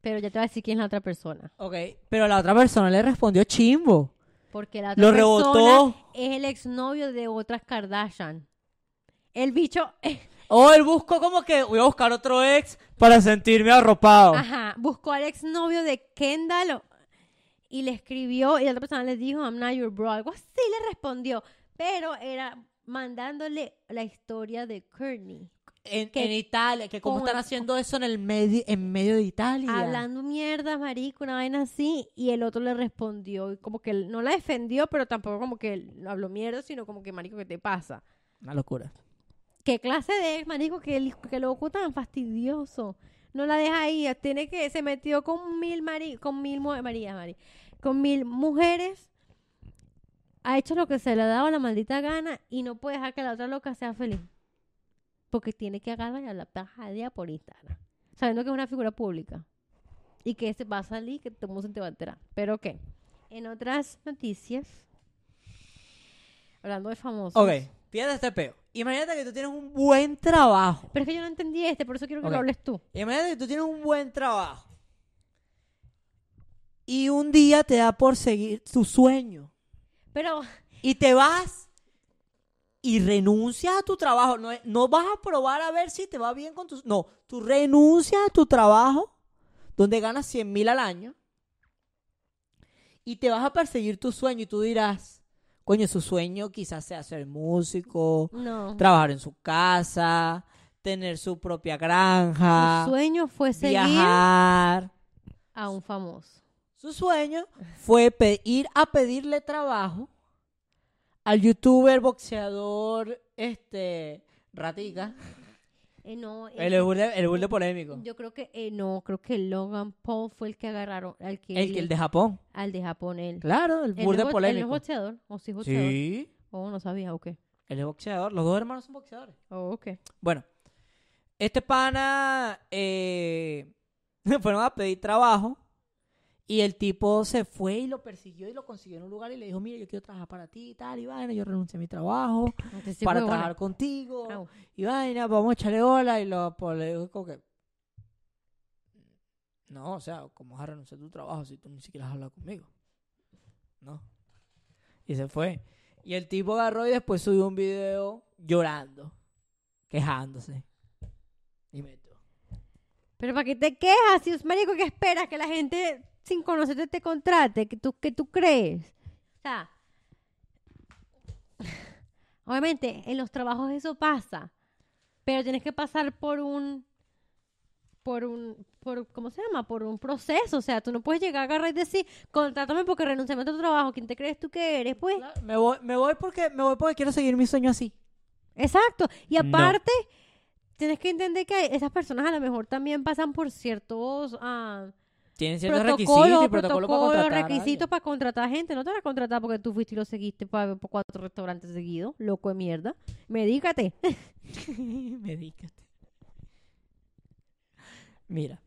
S1: Pero ya te voy a decir quién es la otra persona.
S2: Ok. Pero la otra persona le respondió chimbo.
S1: Porque la otra
S2: Lo
S1: persona
S2: rebotó.
S1: es el exnovio de otras Kardashian. El bicho, eh,
S2: Oh, él buscó como que voy a buscar otro ex para sentirme arropado.
S1: ajá, buscó al exnovio de Kendall o- y le escribió y la otra persona le dijo, I'm not your bro, algo así le respondió. Pero era mandándole la historia de Courtney.
S2: en,
S1: que-
S2: en Italia, que cómo
S1: con-
S2: están haciendo eso en el medio, en medio de Italia.
S1: Hablando mierda, marico, una vaina así. Y el otro le respondió, y como que él no la defendió, pero tampoco como que él habló mierda, sino como que, marico, ¿qué te pasa?
S2: Una locura.
S1: ¿Qué clase de ex, marico? Que, el- que loco tan fastidioso. No la deja ahí. Tiene que... Se metió con mil mari, con mil mu- María, Mari, con mil mujeres. Ha hecho lo que se le ha dado la maldita gana y no puede dejar que la otra loca sea feliz. Porque tiene que agarrar a la pajadía por Instagram. Sabiendo que es una figura pública. Y que se va a salir, que todo el mundo se te va a enterar. Pero ¿qué? En otras noticias... Hablando de famosos...
S2: Ok, fíjate este peo. Imagínate que tú tienes un buen trabajo.
S1: Pero es que yo no entendí este, por eso quiero que
S2: Ok.
S1: lo hables tú.
S2: Imagínate que tú tienes un buen trabajo. Y un día te da por seguir tu sueño.
S1: Pero,
S2: Y te vas y renuncias a tu trabajo. No, es- no vas a probar a ver si te va bien con tus... No, tú renuncias a tu trabajo donde ganas 100 mil al año. Y te vas a perseguir tu sueño y tú dirás, coño, su sueño quizás sea ser músico,
S1: no.
S2: trabajar en su casa, tener su propia granja.
S1: Mi sueño fue seguir
S2: Viajar.
S1: a un famoso.
S2: Su sueño fue pe- ir a pedirle trabajo al youtuber boxeador este Ratica.
S1: Eh, no, eh,
S2: El burde, el burde polémico.
S1: yo creo que, eh, no, creo que Logan Paul fue el que agarraron, al que,
S2: El,
S1: le-
S2: el de Japón.
S1: al de Japón, él.
S2: Claro, el
S1: Él no es bo-
S2: burde
S1: él no es
S2: polémico.
S1: boxeador, o sí es boxeador.
S2: Sí,
S1: Oh, no sabía, o qué.
S2: él es boxeador. Los dos hermanos son boxeadores.
S1: Oh, ok.
S2: Bueno, este pana eh, fueron a pedir trabajo y el tipo se fue y lo persiguió y lo consiguió en un lugar y le dijo, mira, yo quiero trabajar para ti y tal, y vaina, yo renuncié a mi trabajo
S1: Entonces, sí, Ah,
S2: para
S1: huevona.
S2: trabajar contigo
S1: Au.
S2: y vaina, vamos a echarle ola y lo pues, le digo como que no, o sea, ¿cómo vas a renunciar a tu trabajo si tú ni siquiera has hablado conmigo? No. Y se fue. Y el tipo agarró y después subió un video llorando, quejándose. Y me
S1: Pero para qué te quejas, si es marico que esperas que la gente sin conocerte te contrate, que tú, que tú crees. O sea, obviamente en los trabajos eso pasa, pero tienes que pasar por un, por un, por, ¿cómo se llama? Por un proceso. O sea, tú no puedes llegar a agarrar y decir, contrátame porque renunciamos a tu trabajo. ¿Quién te crees tú que eres? Pues,
S2: Claro, Me voy, me voy porque me voy porque quiero seguir mi sueño así.
S1: exacto. Y
S3: No.
S1: aparte, tienes que entender que esas personas a lo mejor también pasan por ciertos ah,
S3: Tienen ciertos requisitos
S1: protocolos,
S3: y protocolo para
S1: protocolos,
S3: contratar. a alguien.
S1: requisitos para contratar gente. No te van a contratar porque tú fuiste y lo seguiste para, por cuatro restaurantes seguidos. Loco de mierda. Medícate.
S2: Medícate. Mira.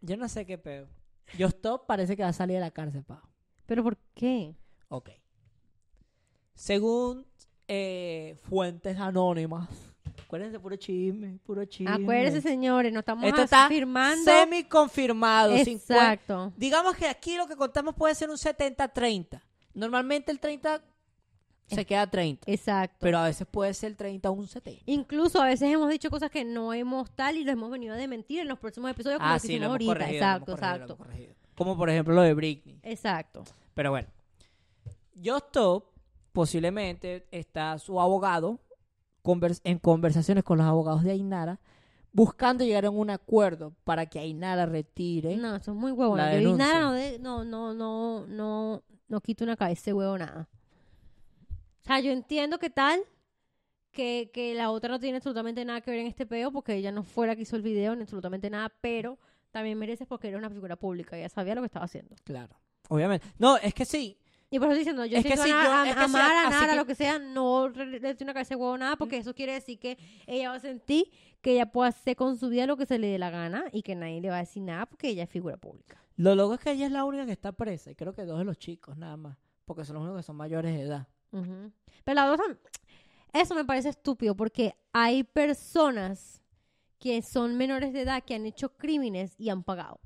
S2: Yo no sé qué pedo. Yo stop parece que va a salir de la cárcel, pa.
S1: ¿Pero por qué?
S2: Ok. Según eh, fuentes anónimas. Acuérdense, puro chisme, puro chisme.
S1: Acuérdense, señores, no estamos
S2: Esto está
S1: afirmando.
S2: semi confirmado.
S1: Exacto.
S2: Digamos que aquí lo que contamos puede ser un 70-30. Normalmente el 30 se queda 30.
S1: Exacto.
S2: Pero a veces puede ser 30 un 70.
S1: Incluso a veces hemos dicho cosas que no hemos tal y lo hemos venido a dementir en los próximos episodios como lo que hicimos ahorita.
S2: Ah, lo hemos
S1: exacto,
S2: corregido, lo
S1: exacto.
S2: hemos corregido. Como por ejemplo lo de Britney.
S1: Exacto.
S2: Pero bueno. Yo stop, posiblemente está su abogado convers- en conversaciones con los abogados de Ainara, buscando llegar a un acuerdo para que Ainara retire.
S1: No, eso es muy huevón.
S2: La
S1: Yo vi
S2: denuncia.
S1: nada, no, de- no, no, no, no, no quito una cabeza de huevo nada. O sea, yo entiendo que tal, que, que la otra no tiene absolutamente nada que ver en este peo porque ella no fuera que hizo el video ni absolutamente nada, pero también mereces porque era una figura pública, ella sabía lo que estaba haciendo.
S2: Claro. Obviamente. No, es que sí.
S1: Y por eso diciendo, yo
S2: Es que
S1: siento
S2: si
S1: a,
S2: yo-
S1: a-
S2: es que si-
S1: amar a
S2: así
S1: Nara,
S2: que-
S1: lo que sea, no le le doy una cabeza de huevo nada, porque eso quiere decir que ella va a sentir que ella puede hacer con su vida lo que se le dé la gana y que nadie le va a decir nada porque ella es figura pública.
S2: Lo loco es que ella es la única que está presa. Y creo que dos de los chicos, nada más. Porque son los únicos que son mayores de edad.
S1: Ujú. Pero la otra, eso me parece estúpido porque hay personas que son menores de edad que han hecho crímenes y han pagado.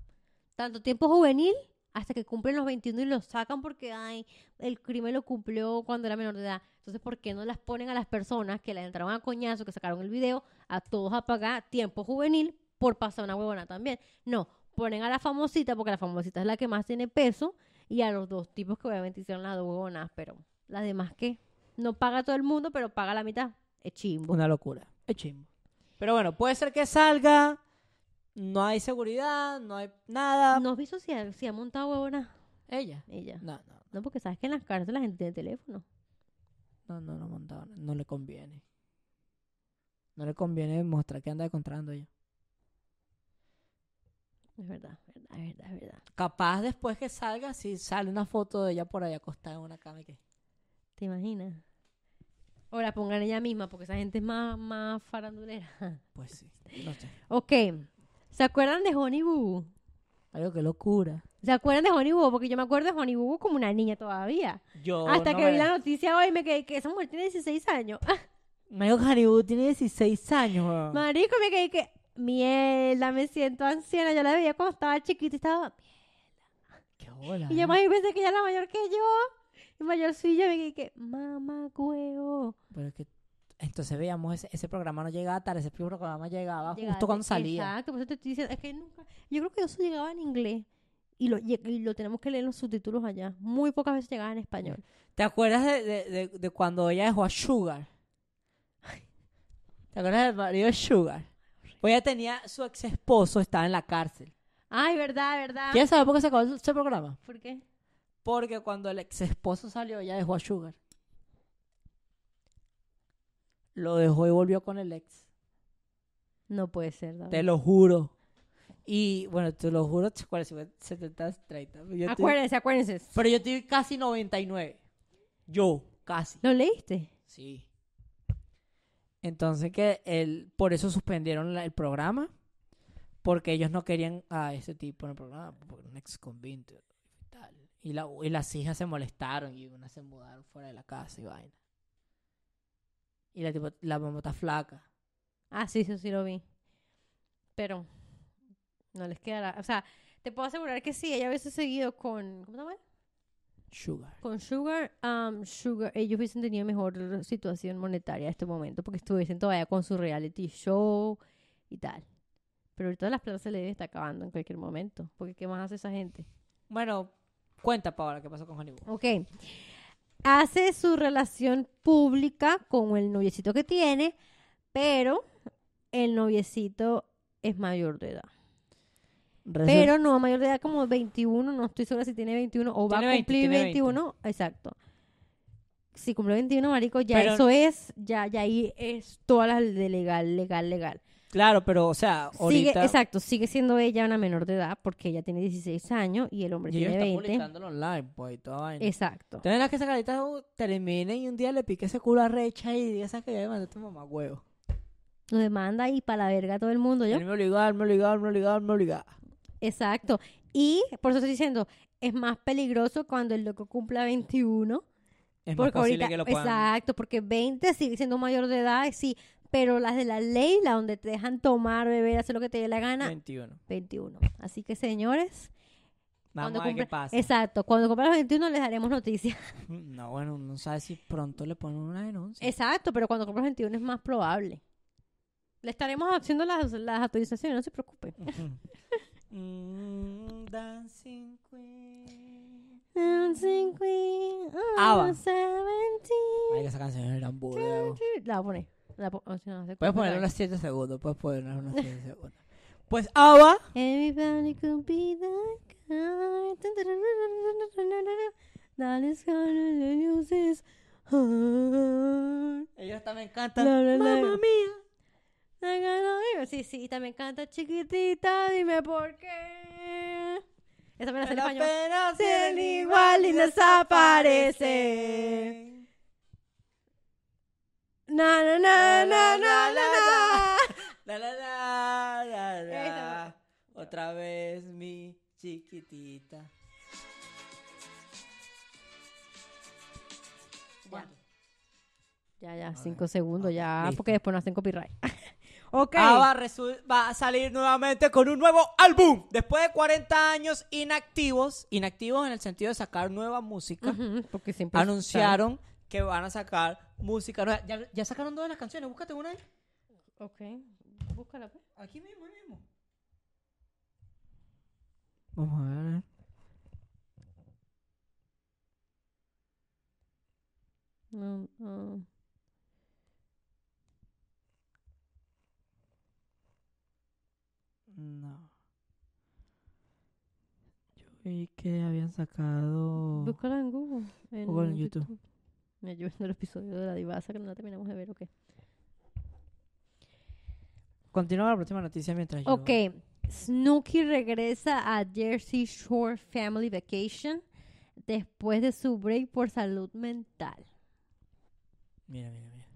S1: Tanto tiempo juvenil hasta que cumplen los 21 y los sacan porque ay, el crimen lo cumplió cuando era menor de edad. Entonces, ¿por qué no las ponen a las personas que las entraron a coñazo, que sacaron el video, a todos a pagar tiempo juvenil por pasar una huevona también? No, ponen a la famosita porque la famosita es la que más tiene peso y a los dos tipos que obviamente hicieron las dos huevonas, pero las demás que no paga todo el mundo, pero paga la mitad. Es chimbo.
S2: Una locura. Es chimbo. Pero bueno, puede ser que salga. No hay seguridad, no hay nada.
S1: ¿No has visto si ha, si ha montado huevona
S2: Ella.
S1: ella?
S2: No, no,
S1: No, porque sabes que en las cárceles la gente tiene teléfono.
S2: no, no, no, montaba, no le conviene. No le conviene mostrar que anda encontrando ella.
S1: Es verdad, es verdad, es verdad, es verdad.
S2: Capaz después que salga, si sale una foto de ella por ahí acostada en una cama y que.
S1: ¿Te imaginas? O la pongan ella misma, porque esa gente es más, más farandulera.
S2: Pues sí, no sé.
S1: Ok. ¿Se acuerdan de Honey Boo? Boo?
S2: Algo que locura.
S1: ¿Se acuerdan de Honey Boo? Boo? Porque yo me acuerdo de Honey Boo Boo como una niña todavía.
S2: Yo.
S1: Hasta
S2: Oh, no
S1: que
S2: me- Ah.
S1: vi la noticia hoy me quedé que esa mujer tiene 16 años.
S2: Mario Caribú tiene 16 años, weón.
S1: Marico, me quedé que. Mierda, me siento anciana. Yo la veía cuando estaba chiquita y estaba.
S2: Qué bola.
S1: Y
S2: ¿eh?
S1: yo más bien pensé que ella era mayor que yo. Y mayor soy yo. Me quedé que. Mamá, huevo.
S2: Pero es que. Entonces veíamos, ese, ese programa no llegaba tarde, ese programa llegaba
S1: Llegaste,
S2: justo cuando salía.
S1: Exacto, por eso te estoy diciendo, es que nunca, yo creo que eso llegaba en inglés y lo, lle- y lo tenemos que leer los subtítulos allá. Muy pocas veces llegaba en español.
S2: ¿Te acuerdas de, de- de- de cuando ella dejó a Sugar? ¿Te acuerdas del marido de Sugar? Pues ella tenía, su ex esposo estaba en la cárcel.
S1: Ay, verdad, verdad.
S2: ¿Quieres saber por qué se acabó ese programa?
S1: ¿Por qué?
S2: Porque cuando el ex esposo salió, ella dejó a Sugar. Lo dejó y volvió con el ex.
S1: No puede ser, David.
S2: Te lo juro. Y bueno, te lo juro, 40, 70, 30. Yo estoy-
S1: Acuérdense, acuérdense.
S2: pero yo estoy casi 99. Yo, casi.
S1: ¿Lo leíste?
S2: Sí. Entonces que el, por eso suspendieron la- el programa. Porque ellos no querían a ese tipo en el programa. Porque un ex convicto y tal. Y, la- y las hijas se molestaron y unas se mudaron fuera de la casa y vaina. Y la, tipo, la mamá está flaca.
S1: Ah, sí, sí, sí lo vi. Pero no les quedará. O sea, te puedo asegurar que sí, ella hubiese seguido con. ¿Cómo se llama?
S2: Sugar.
S1: Con Sugar, um, Sugar, ellos hubiesen tenido mejor situación monetaria en este momento porque estuviesen todavía con su reality show y tal. Pero ahorita las plata se les está acabando en cualquier momento. Porque ¿qué más hace esa gente?
S2: Bueno, cuenta, Paola, qué pasó con Hollywood.
S1: Ok. Hace su relación pública con el noviecito que tiene, pero el noviecito es mayor de edad.
S2: Resu-
S1: Pero no, mayor de edad como 21, no estoy segura si tiene 21 o va
S2: Tiene
S1: a
S2: 20,
S1: cumplir
S2: tiene
S1: 21, exacto. Si cumple 21, marico, ya
S2: Pero-
S1: eso es, ya, ya ahí es todas las de legal, legal, legal.
S2: claro, pero o sea,
S1: Sigue,
S2: ahorita
S1: exacto, sigue siendo ella una menor de edad porque ella tiene 16 años y el hombre
S2: y ellos
S1: tiene
S2: están
S1: 20.
S2: publicándolo online, pues, y toda vaina.
S1: Exacto.
S2: Entonces, la que esa carita uh, termine y un día le pique ese culo a Recha y diga, ¿sabes que Ya me mandé tu mamá huevo.
S1: Nos demanda y para la verga a todo el mundo, yo.
S2: Él me obligaba, él me obligaba, él me obligaba, él me obligaba.
S1: Exacto. Y por eso estoy diciendo, es más peligroso cuando el loco cumpla 21
S2: Es más
S1: Porque
S2: posible
S1: ahorita-
S2: que lo puedan.
S1: Exacto, porque 20 sigue siendo mayor de edad, sí, pero las de la ley, la donde te dejan tomar, beber, hacer lo que te dé la gana,
S2: 21.
S1: 21. Así que señores,
S2: Vamos
S1: cuando
S2: a ver
S1: cumpla-
S2: qué pasa.
S1: exacto, cuando cumpla los 21 les daremos noticias.
S2: No, bueno, no sabe si pronto le ponen una denuncia.
S1: Exacto, pero cuando cumpla los 21 es más probable. Le estaremos haciendo las, las autorizaciones, no se preocupen.
S2: Mm, dancing Queen.
S1: Dancing Queen, oh,
S2: Ava.
S1: 17.
S2: Ay, que esa canción era un bureo.
S1: La voy a poner. La po- oh, si no, no se
S2: Puedes poner
S1: copyright.
S2: unos 7 segundos, puedes poner unos 7 segundos. Pues Ava,
S1: Everybody could be that guy. Dun, dun, dun, dun, dun, dun, dun, dun, dun. That is how the news is. hard.
S2: ellos también cantan.
S1: La, la, la.
S2: Mamma mía.
S1: I got no- Sí, sí, y también canta chiquitita, dime por qué. Esa me la sé en
S2: Las
S1: español.
S2: penas
S1: Sin
S2: tienen
S1: igual y desaparecen. Na, na, na, na, na, na, na.
S2: La, la, la, la, la.
S1: Esa.
S2: Otra vez mi chiquitita.
S1: Ya. Ya, ya, cinco segundos, ya,
S2: listo.
S1: porque después no hacen copyright. ok.
S2: Ava resu- Ah, va a salir nuevamente con un nuevo álbum. Después de 40 años inactivos, inactivos en el sentido de sacar nueva música,
S1: Ujú, Porque siempre
S2: anunciaron que van a sacar música nueva. Ya, ya sacaron todas las canciones, búscate una ahí.
S1: Ok, búscala. pues.
S2: Aquí mismo, ahí mismo. Vamos a ver.
S1: No, no.
S2: No. Yo vi que habían sacado.
S1: Búscala en Google. En
S2: Google, en YouTube.
S1: Me ayudan el episodio de la divasa que no la terminamos de ver, ok.
S2: Continúa la próxima noticia mientras yo.
S1: Ok, Snooki regresa a Jersey Shore Family Vacation después de su break por salud mental.
S2: Mira, mira, mira.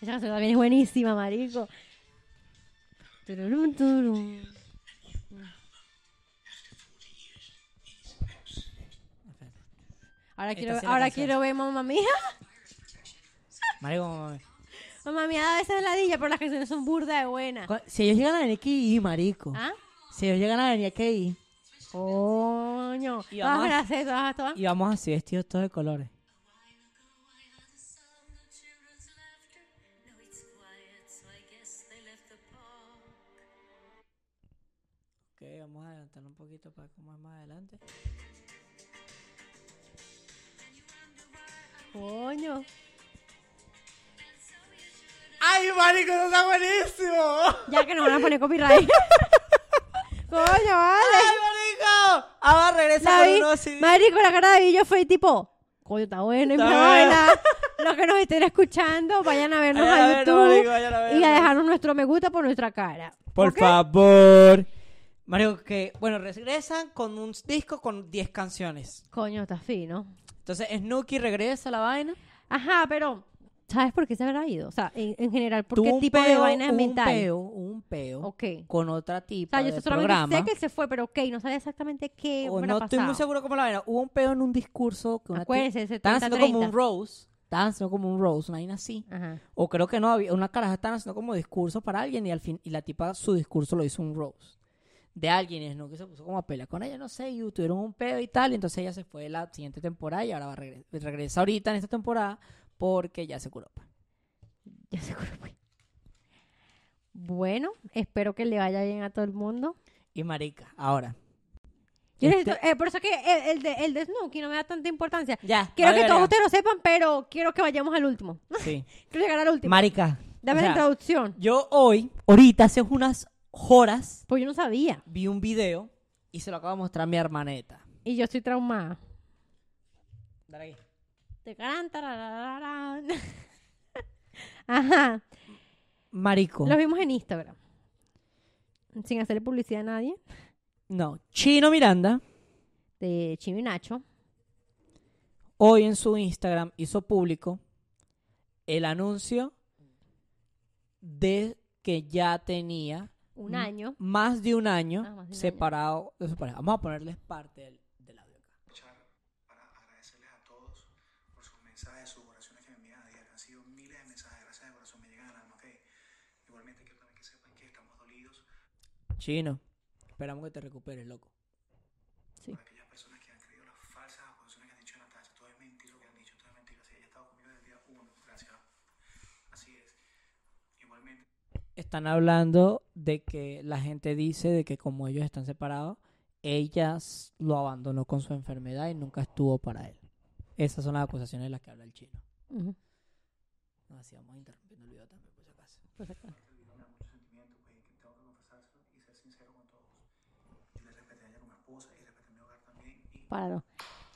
S1: Esa canción también es buenísima, marico. Tururum, turum.
S2: Espérate.
S1: Ahora
S2: Esta
S1: quiero,
S2: sí es la
S1: ahora
S2: canción.
S1: quiero ver mamá mía.
S2: Marico, mami.
S1: Mamá mía a veces es ladilla, pero las canciones son burda de buena.
S2: Co- Si ellos llegan a venir aquí, marico.
S1: ¿Ah?
S2: Si ellos llegan a venir aquí.
S1: Coño.
S2: Y
S1: Todas
S2: vamos a-
S1: gracias, todas, todas.
S2: Y vamos así vestidos todos de colores. Ok, vamos a adelantar un poquito para como es más adelante.
S1: Coño.
S2: ¡Ay, marico, eso está buenísimo!
S1: Ya que nos van a poner copyright. Coño, vale.
S2: ¡Ay, marico! Ahora regresa
S1: La
S2: con
S1: vi-
S2: unos CD.
S1: Marico, la cara de Billo fue tipo, coño, está bueno y
S2: Está
S1: buena
S2: bueno.
S1: vaina. Los que nos estén escuchando, vayan a vernos
S2: Vayan a
S1: a
S2: vernos,
S1: YouTube
S2: marico, vayan a
S1: y a
S2: vernos.
S1: dejarnos nuestro me gusta por nuestra cara.
S2: Por
S1: ¿Ok?
S2: favor. Marico, que bueno, regresan con un disco con 10 canciones.
S1: Coño, está fino.
S2: Entonces, Snooki regresa a la vaina.
S1: Ajá, pero ¿sabes por qué se habrá ido? O sea, en, en general, ¿por
S2: Tuvo
S1: qué
S2: un
S1: tipo de
S2: peo,
S1: vaina
S2: hubo
S1: mental?
S2: Un peo, hubo un peo
S1: Ok. O
S2: con otra tipa
S1: sea, yo
S2: del
S1: solamente
S2: programa.
S1: sé que se fue, pero ok, no sabía exactamente qué
S2: o
S1: hubiera
S2: no estoy muy
S1: pasado.
S2: seguro cómo la vaina. Hubo un peo en un discurso que una tipa
S1: Acuérdense, 70,
S2: estaban haciendo
S1: 30.
S2: como un rose, estaban haciendo como un rose, una vaina así.
S1: Ajá.
S2: O creo que no había una caraja estaban haciendo como discurso para alguien y al fin y la tipa su discurso lo hizo un rose de alguien y Snooki se puso como a pelear con ella, no sé, y tuvieron un pedo y tal, y entonces ella se fue la siguiente temporada y ahora va a regre- regresa ahorita en esta temporada porque ya se curó. pues.
S1: Ya se curó, güey. Bueno, espero que le vaya bien a todo el mundo.
S2: Y marica, ahora
S1: Yo
S2: Este-
S1: necesito- eh, por eso que el, el de, el de Snooki no me da tanta importancia.
S2: Ya.
S1: Quiero
S2: vale,
S1: que todos
S2: verga.
S1: ustedes lo sepan, pero quiero que vayamos al último.
S2: Sí.
S1: Quiero llegar al último.
S2: Marica.
S1: Dame la
S2: o sea,
S1: introducción.
S2: Yo hoy, ahorita, hace unas horas,
S1: Pues yo no sabía.
S2: vi un video y se lo acabo de mostrar a mi hermaneta.
S1: Y yo estoy traumada.
S2: Dale aquí.
S1: Tacarán, tararararán. Ajá.
S2: Marico.
S1: Los vimos en Instagram. Sin hacerle publicidad a nadie.
S2: No. Chino Miranda
S1: De Chino y Nacho.
S2: hoy en su Instagram hizo público el anuncio de que ya tenía
S1: Un
S2: Mm.
S1: año.
S2: más de un año
S1: Ah, más de un
S2: separado de su pareja. Vamos a ponerles parte del, del audio.
S3: aprovechar para agradecerles a todos por sus mensajes, sus oraciones que me envían a diario. Han sido miles de mensajes, gracias de corazón, me llegan al alma, ¿ok? Igualmente quiero también que sepan que estamos dolidos
S2: Chino, esperamos que te recuperes, loco.
S3: por aquellas personas que han creído las falsas acusaciones que han dicho Natasha. Todo es mentira lo que han dicho, todo es mentira. Si ella ha estado conmigo desde el día uno, gracias. Así es. Igualmente.
S2: Están hablando de que la gente dice de que como ellos están separados, ella s- lo abandonó con su enfermedad y nunca estuvo para él. Esas son las acusaciones de las que habla el chino.
S1: Ujú.
S2: No, así vamos interrumpiendo el video también, por si acaso.
S3: tenía mucho sentimiento, pues, que tengo que confesárselo y ser sincero con todos. Yo le respeté a ella como esposa y respeté mi hogar también y
S1: Páralo.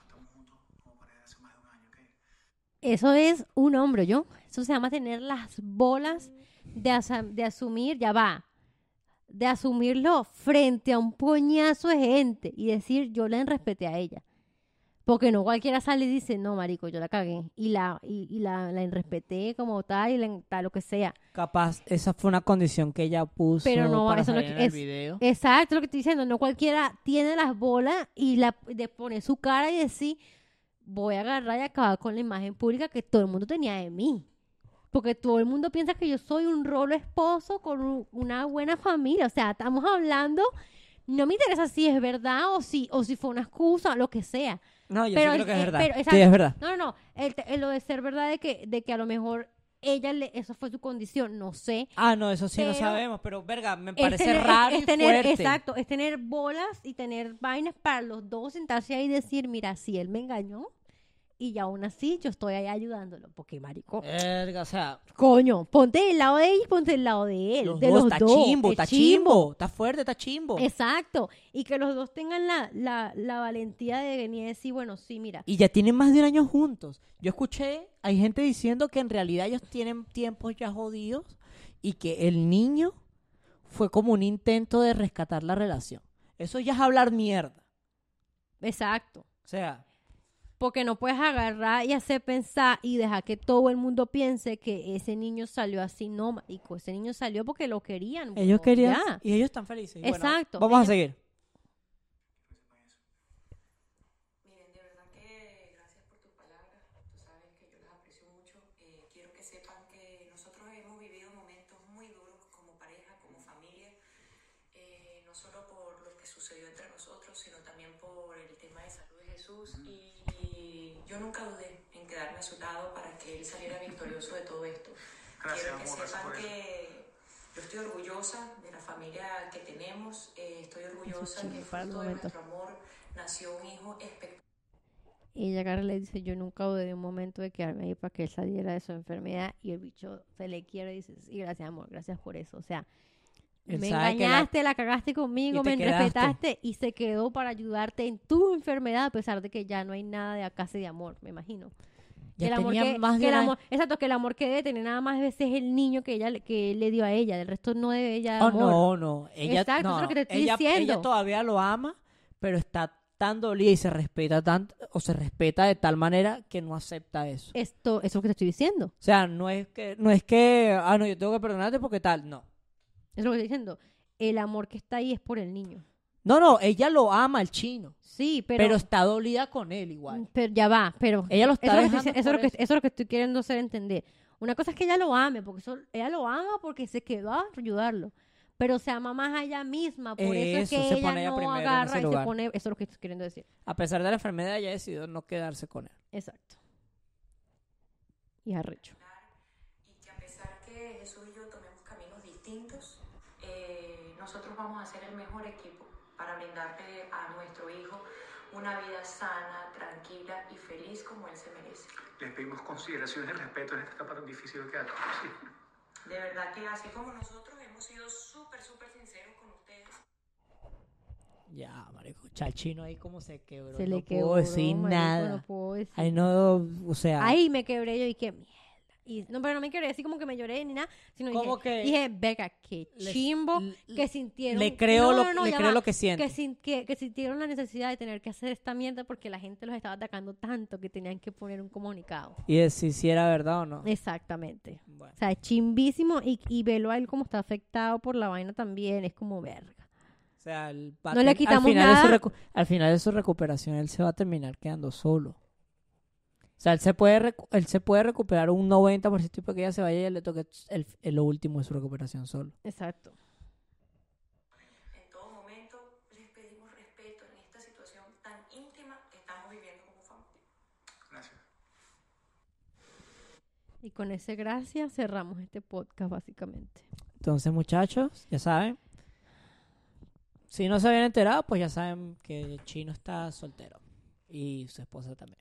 S3: estamos juntos como pareja hace más de un año, ¿ok?
S1: Eso es un hombro, yo. Eso se llama tener las bolas de, asa- de asumir, ya va, de asumirlo frente a un puñazo de gente y decir, yo la respeté a ella. Porque no cualquiera sale y dice, no, marico, yo la cagué. Y la, y, y la, la enrespeté como tal y la en- tal, lo que sea.
S2: Capaz, esa fue una condición que ella puso
S1: Pero no,
S2: para
S1: eso no
S2: salir en
S1: es- eh,
S2: el video.
S1: Exacto, lo que estoy diciendo. No cualquiera tiene las bolas y la, le pone su cara y decir, voy a agarrar y acabar con la imagen pública que todo el mundo tenía de mí. Porque todo el mundo piensa que yo soy un rolo esposo con un- una buena familia. O sea, estamos hablando, no me interesa si es verdad o si, o si fue una excusa, lo que sea.
S2: No, yo
S1: Pero
S2: sí creo que es
S1: es-
S2: verdad.
S1: pero,
S2: sí,
S1: exacto.
S2: es verdad.
S1: No, no, no. El te- el lo de ser verdad de que, de que a lo mejor ella, le, eso fue su condición, no sé.
S2: Ah, no, eso sí no
S1: Pero-
S2: sabemos, pero verga, me
S1: Es
S2: parece
S1: tener- es-
S2: raro
S1: es
S2: y
S1: tener,
S2: fuerte.
S1: Exacto, es tener bolas y tener vainas para los dos sentarse ahí y decir, mira, si él me engañó y ya aún así yo estoy ahí ayudándolo. Porque, marico,
S2: Eh. Verga, o sea,
S1: coño, ponte del lado de ella y ponte del lado de él.
S2: los
S1: de
S2: dos,
S1: los
S2: está
S1: dos,
S2: chimbo,
S1: es
S2: está chimbo, está fuerte, está chimbo.
S1: Exacto. Y que los dos tengan la, la, la valentía de venir a decir, bueno, sí, mira.
S2: Y ya tienen más de un año juntos. Yo escuché, hay gente diciendo que en realidad ellos tienen tiempos ya jodidos y que el niño fue como un intento de rescatar la relación. Eso ya es hablar mierda.
S1: Exacto.
S2: O sea,
S1: Porque no puedes agarrar y hacer pensar y dejar que todo el mundo piense que ese niño salió así, no, marico. Ese niño salió porque lo querían. huevón,
S2: ellos querían
S1: ya.
S2: y ellos están felices. Y bueno,
S1: Exacto.
S2: vamos a seguir.
S4: Miren, de verdad que gracias por tus palabras. Tú sabes que yo las aprecio mucho. Eh, quiero que sepan que nosotros hemos vivido momentos muy duros como pareja, como familia. Eh, no solo por lo que sucedió entre nosotros, sino también por el tema de salud de Jesús. Y, y yo nunca dudé en quedarme a su lado para que él saliera victorioso de todo esto.
S3: Gracias,
S4: quiero que
S3: amor, gracias
S4: sepan
S3: por eso.
S4: que yo estoy orgullosa de la familia que tenemos. Eh, estoy orgullosa
S1: chingo,
S4: que
S1: para el
S4: fruto de
S1: momento.
S4: nuestro amor nació un hijo espectacular.
S1: Y ella agarra y le dice, yo nunca dudé de un momento de quedarme ahí para que él saliera de su enfermedad. Y el bicho se le quiere y dice, sí, gracias amor, gracias por eso. O sea,
S2: Él
S1: me
S2: sabe que la-
S1: engañaste, la... cagaste conmigo,
S2: Y te
S1: me
S2: quedaste.
S1: respetaste y se quedó para ayudarte en tu enfermedad a pesar de que ya no hay nada de acá de amor, me imagino. Que
S2: Ya
S1: el amor
S2: tenían
S1: que,
S2: más de
S1: que el
S2: un
S1: amor, exacto, que el amor que debe tener nada más a veces es el niño que ella le- que él le dio a ella, del resto no debe ella
S2: Oh,
S1: amor.
S2: no, no. Ella,
S1: Exacto,
S2: no,
S1: eso es lo que te estoy
S2: ella-
S1: diciendo.
S2: ella todavía lo ama, pero está tan dolida y se respeta tanto, o se respeta de tal manera que no acepta eso.
S1: Esto, eso es lo que te estoy diciendo.
S2: O sea, no es que, no es que, ah, no, yo tengo que perdonarte porque tal, no.
S1: Eso es lo que estoy diciendo. El amor que está ahí es por el niño.
S2: No, no, ella lo ama al chino,
S1: Sí,
S2: pero, está dolida con él igual.
S1: Pero ya va, pero.
S2: Ella lo
S1: Eso
S2: está
S1: es lo, que
S2: dejando
S1: estoy, eso, es
S2: por
S1: lo que,
S2: eso.
S1: eso es lo que estoy queriendo hacer entender. Una cosa es que ella lo ame, porque eso- ella lo ama porque se quedó a ayudarlo. Pero se ama más a ella misma, por eso, es
S2: Eso,
S1: que
S2: se
S1: ella
S2: pone ella
S1: no
S2: primero en ese
S1: agarra y se
S2: lugar.
S1: pone. Eso es lo que estoy queriendo decir.
S2: A pesar de la enfermedad, ella decidió no quedarse con él.
S1: Exacto. Y es arrecho.
S4: y que a pesar que Jesús y yo tomemos caminos distintos, eh, nosotros vamos a ser el mejor equipo para brindarle a nuestro hijo una vida sana, tranquila y feliz como él se merece.
S3: Les pedimos consideración y respeto en esta etapa tan difícil que ha sido.
S4: De verdad que así como nosotros hemos sido súper, súper sinceros con ustedes.
S2: Ya, marico. Chachino ahí como se quebró.
S1: Se
S2: no
S1: le
S2: puedo
S1: quedó.
S2: decir nada.
S1: No puedo decir.
S2: Ahí no, o sea.
S1: Ahí me quebré yo y qué mierda. Y, no, pero no me quebré así como que me lloré ni nada, sino
S2: Como
S1: dije,
S2: que-
S1: dije, verga, qué
S2: Les-
S1: chimbo
S2: l-
S1: que sintieron.
S2: le creo
S1: No,
S2: lo-
S1: no, no,
S2: le
S1: ya
S2: creo
S1: va.
S2: lo que siento.
S1: Que, sin- que- que sintieron la necesidad de tener que hacer esta mierda porque la gente los estaba atacando tanto que tenían que poner un comunicado.
S2: Y decir si era verdad o no.
S1: Eh. Exactamente.
S2: Bueno.
S1: O sea, es chimbísimo y, y velo a él como está afectado por la vaina también, es como verga.
S2: O sea, el
S1: No le quitamos
S2: al final De
S1: nada.
S2: su recu- al final de su recuperación, él se va a terminar quedando solo. O sea, él se puede, recu- él se puede recuperar un 90% para que ella se vaya y él le toque el, el- lo último de su recuperación solo.
S1: Exacto.
S4: En todo momento les pedimos respeto en esta situación tan íntima que estamos viviendo como familia.
S3: Gracias.
S1: Y con ese gracias cerramos este podcast básicamente.
S2: Entonces, muchachos, ya saben. Si no se habían enterado, pues ya saben que Chino está soltero. Y su esposa también.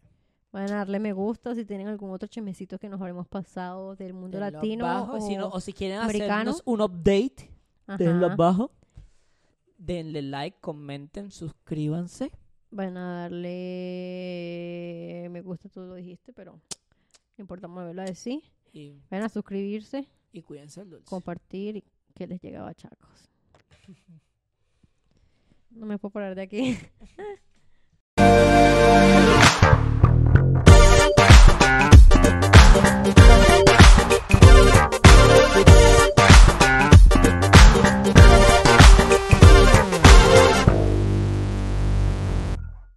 S1: Van a darle me gusta si tienen algún otro chismecito que nos habremos pasado del mundo
S2: Denle
S1: latino.
S2: abajo,
S1: o...
S2: si no- o si quieren
S1: americano.
S2: hacernos un update, denle
S1: Ajá.
S2: abajo. Denle like, comenten, suscríbanse.
S1: Van a darle me gusta, tú lo dijiste, pero no importa moverlo a decir.
S2: Y
S1: Van a suscribirse,
S2: Y cuídense el dulce.
S1: compartir y que les llegaba chacos. No me puedo parar de aquí.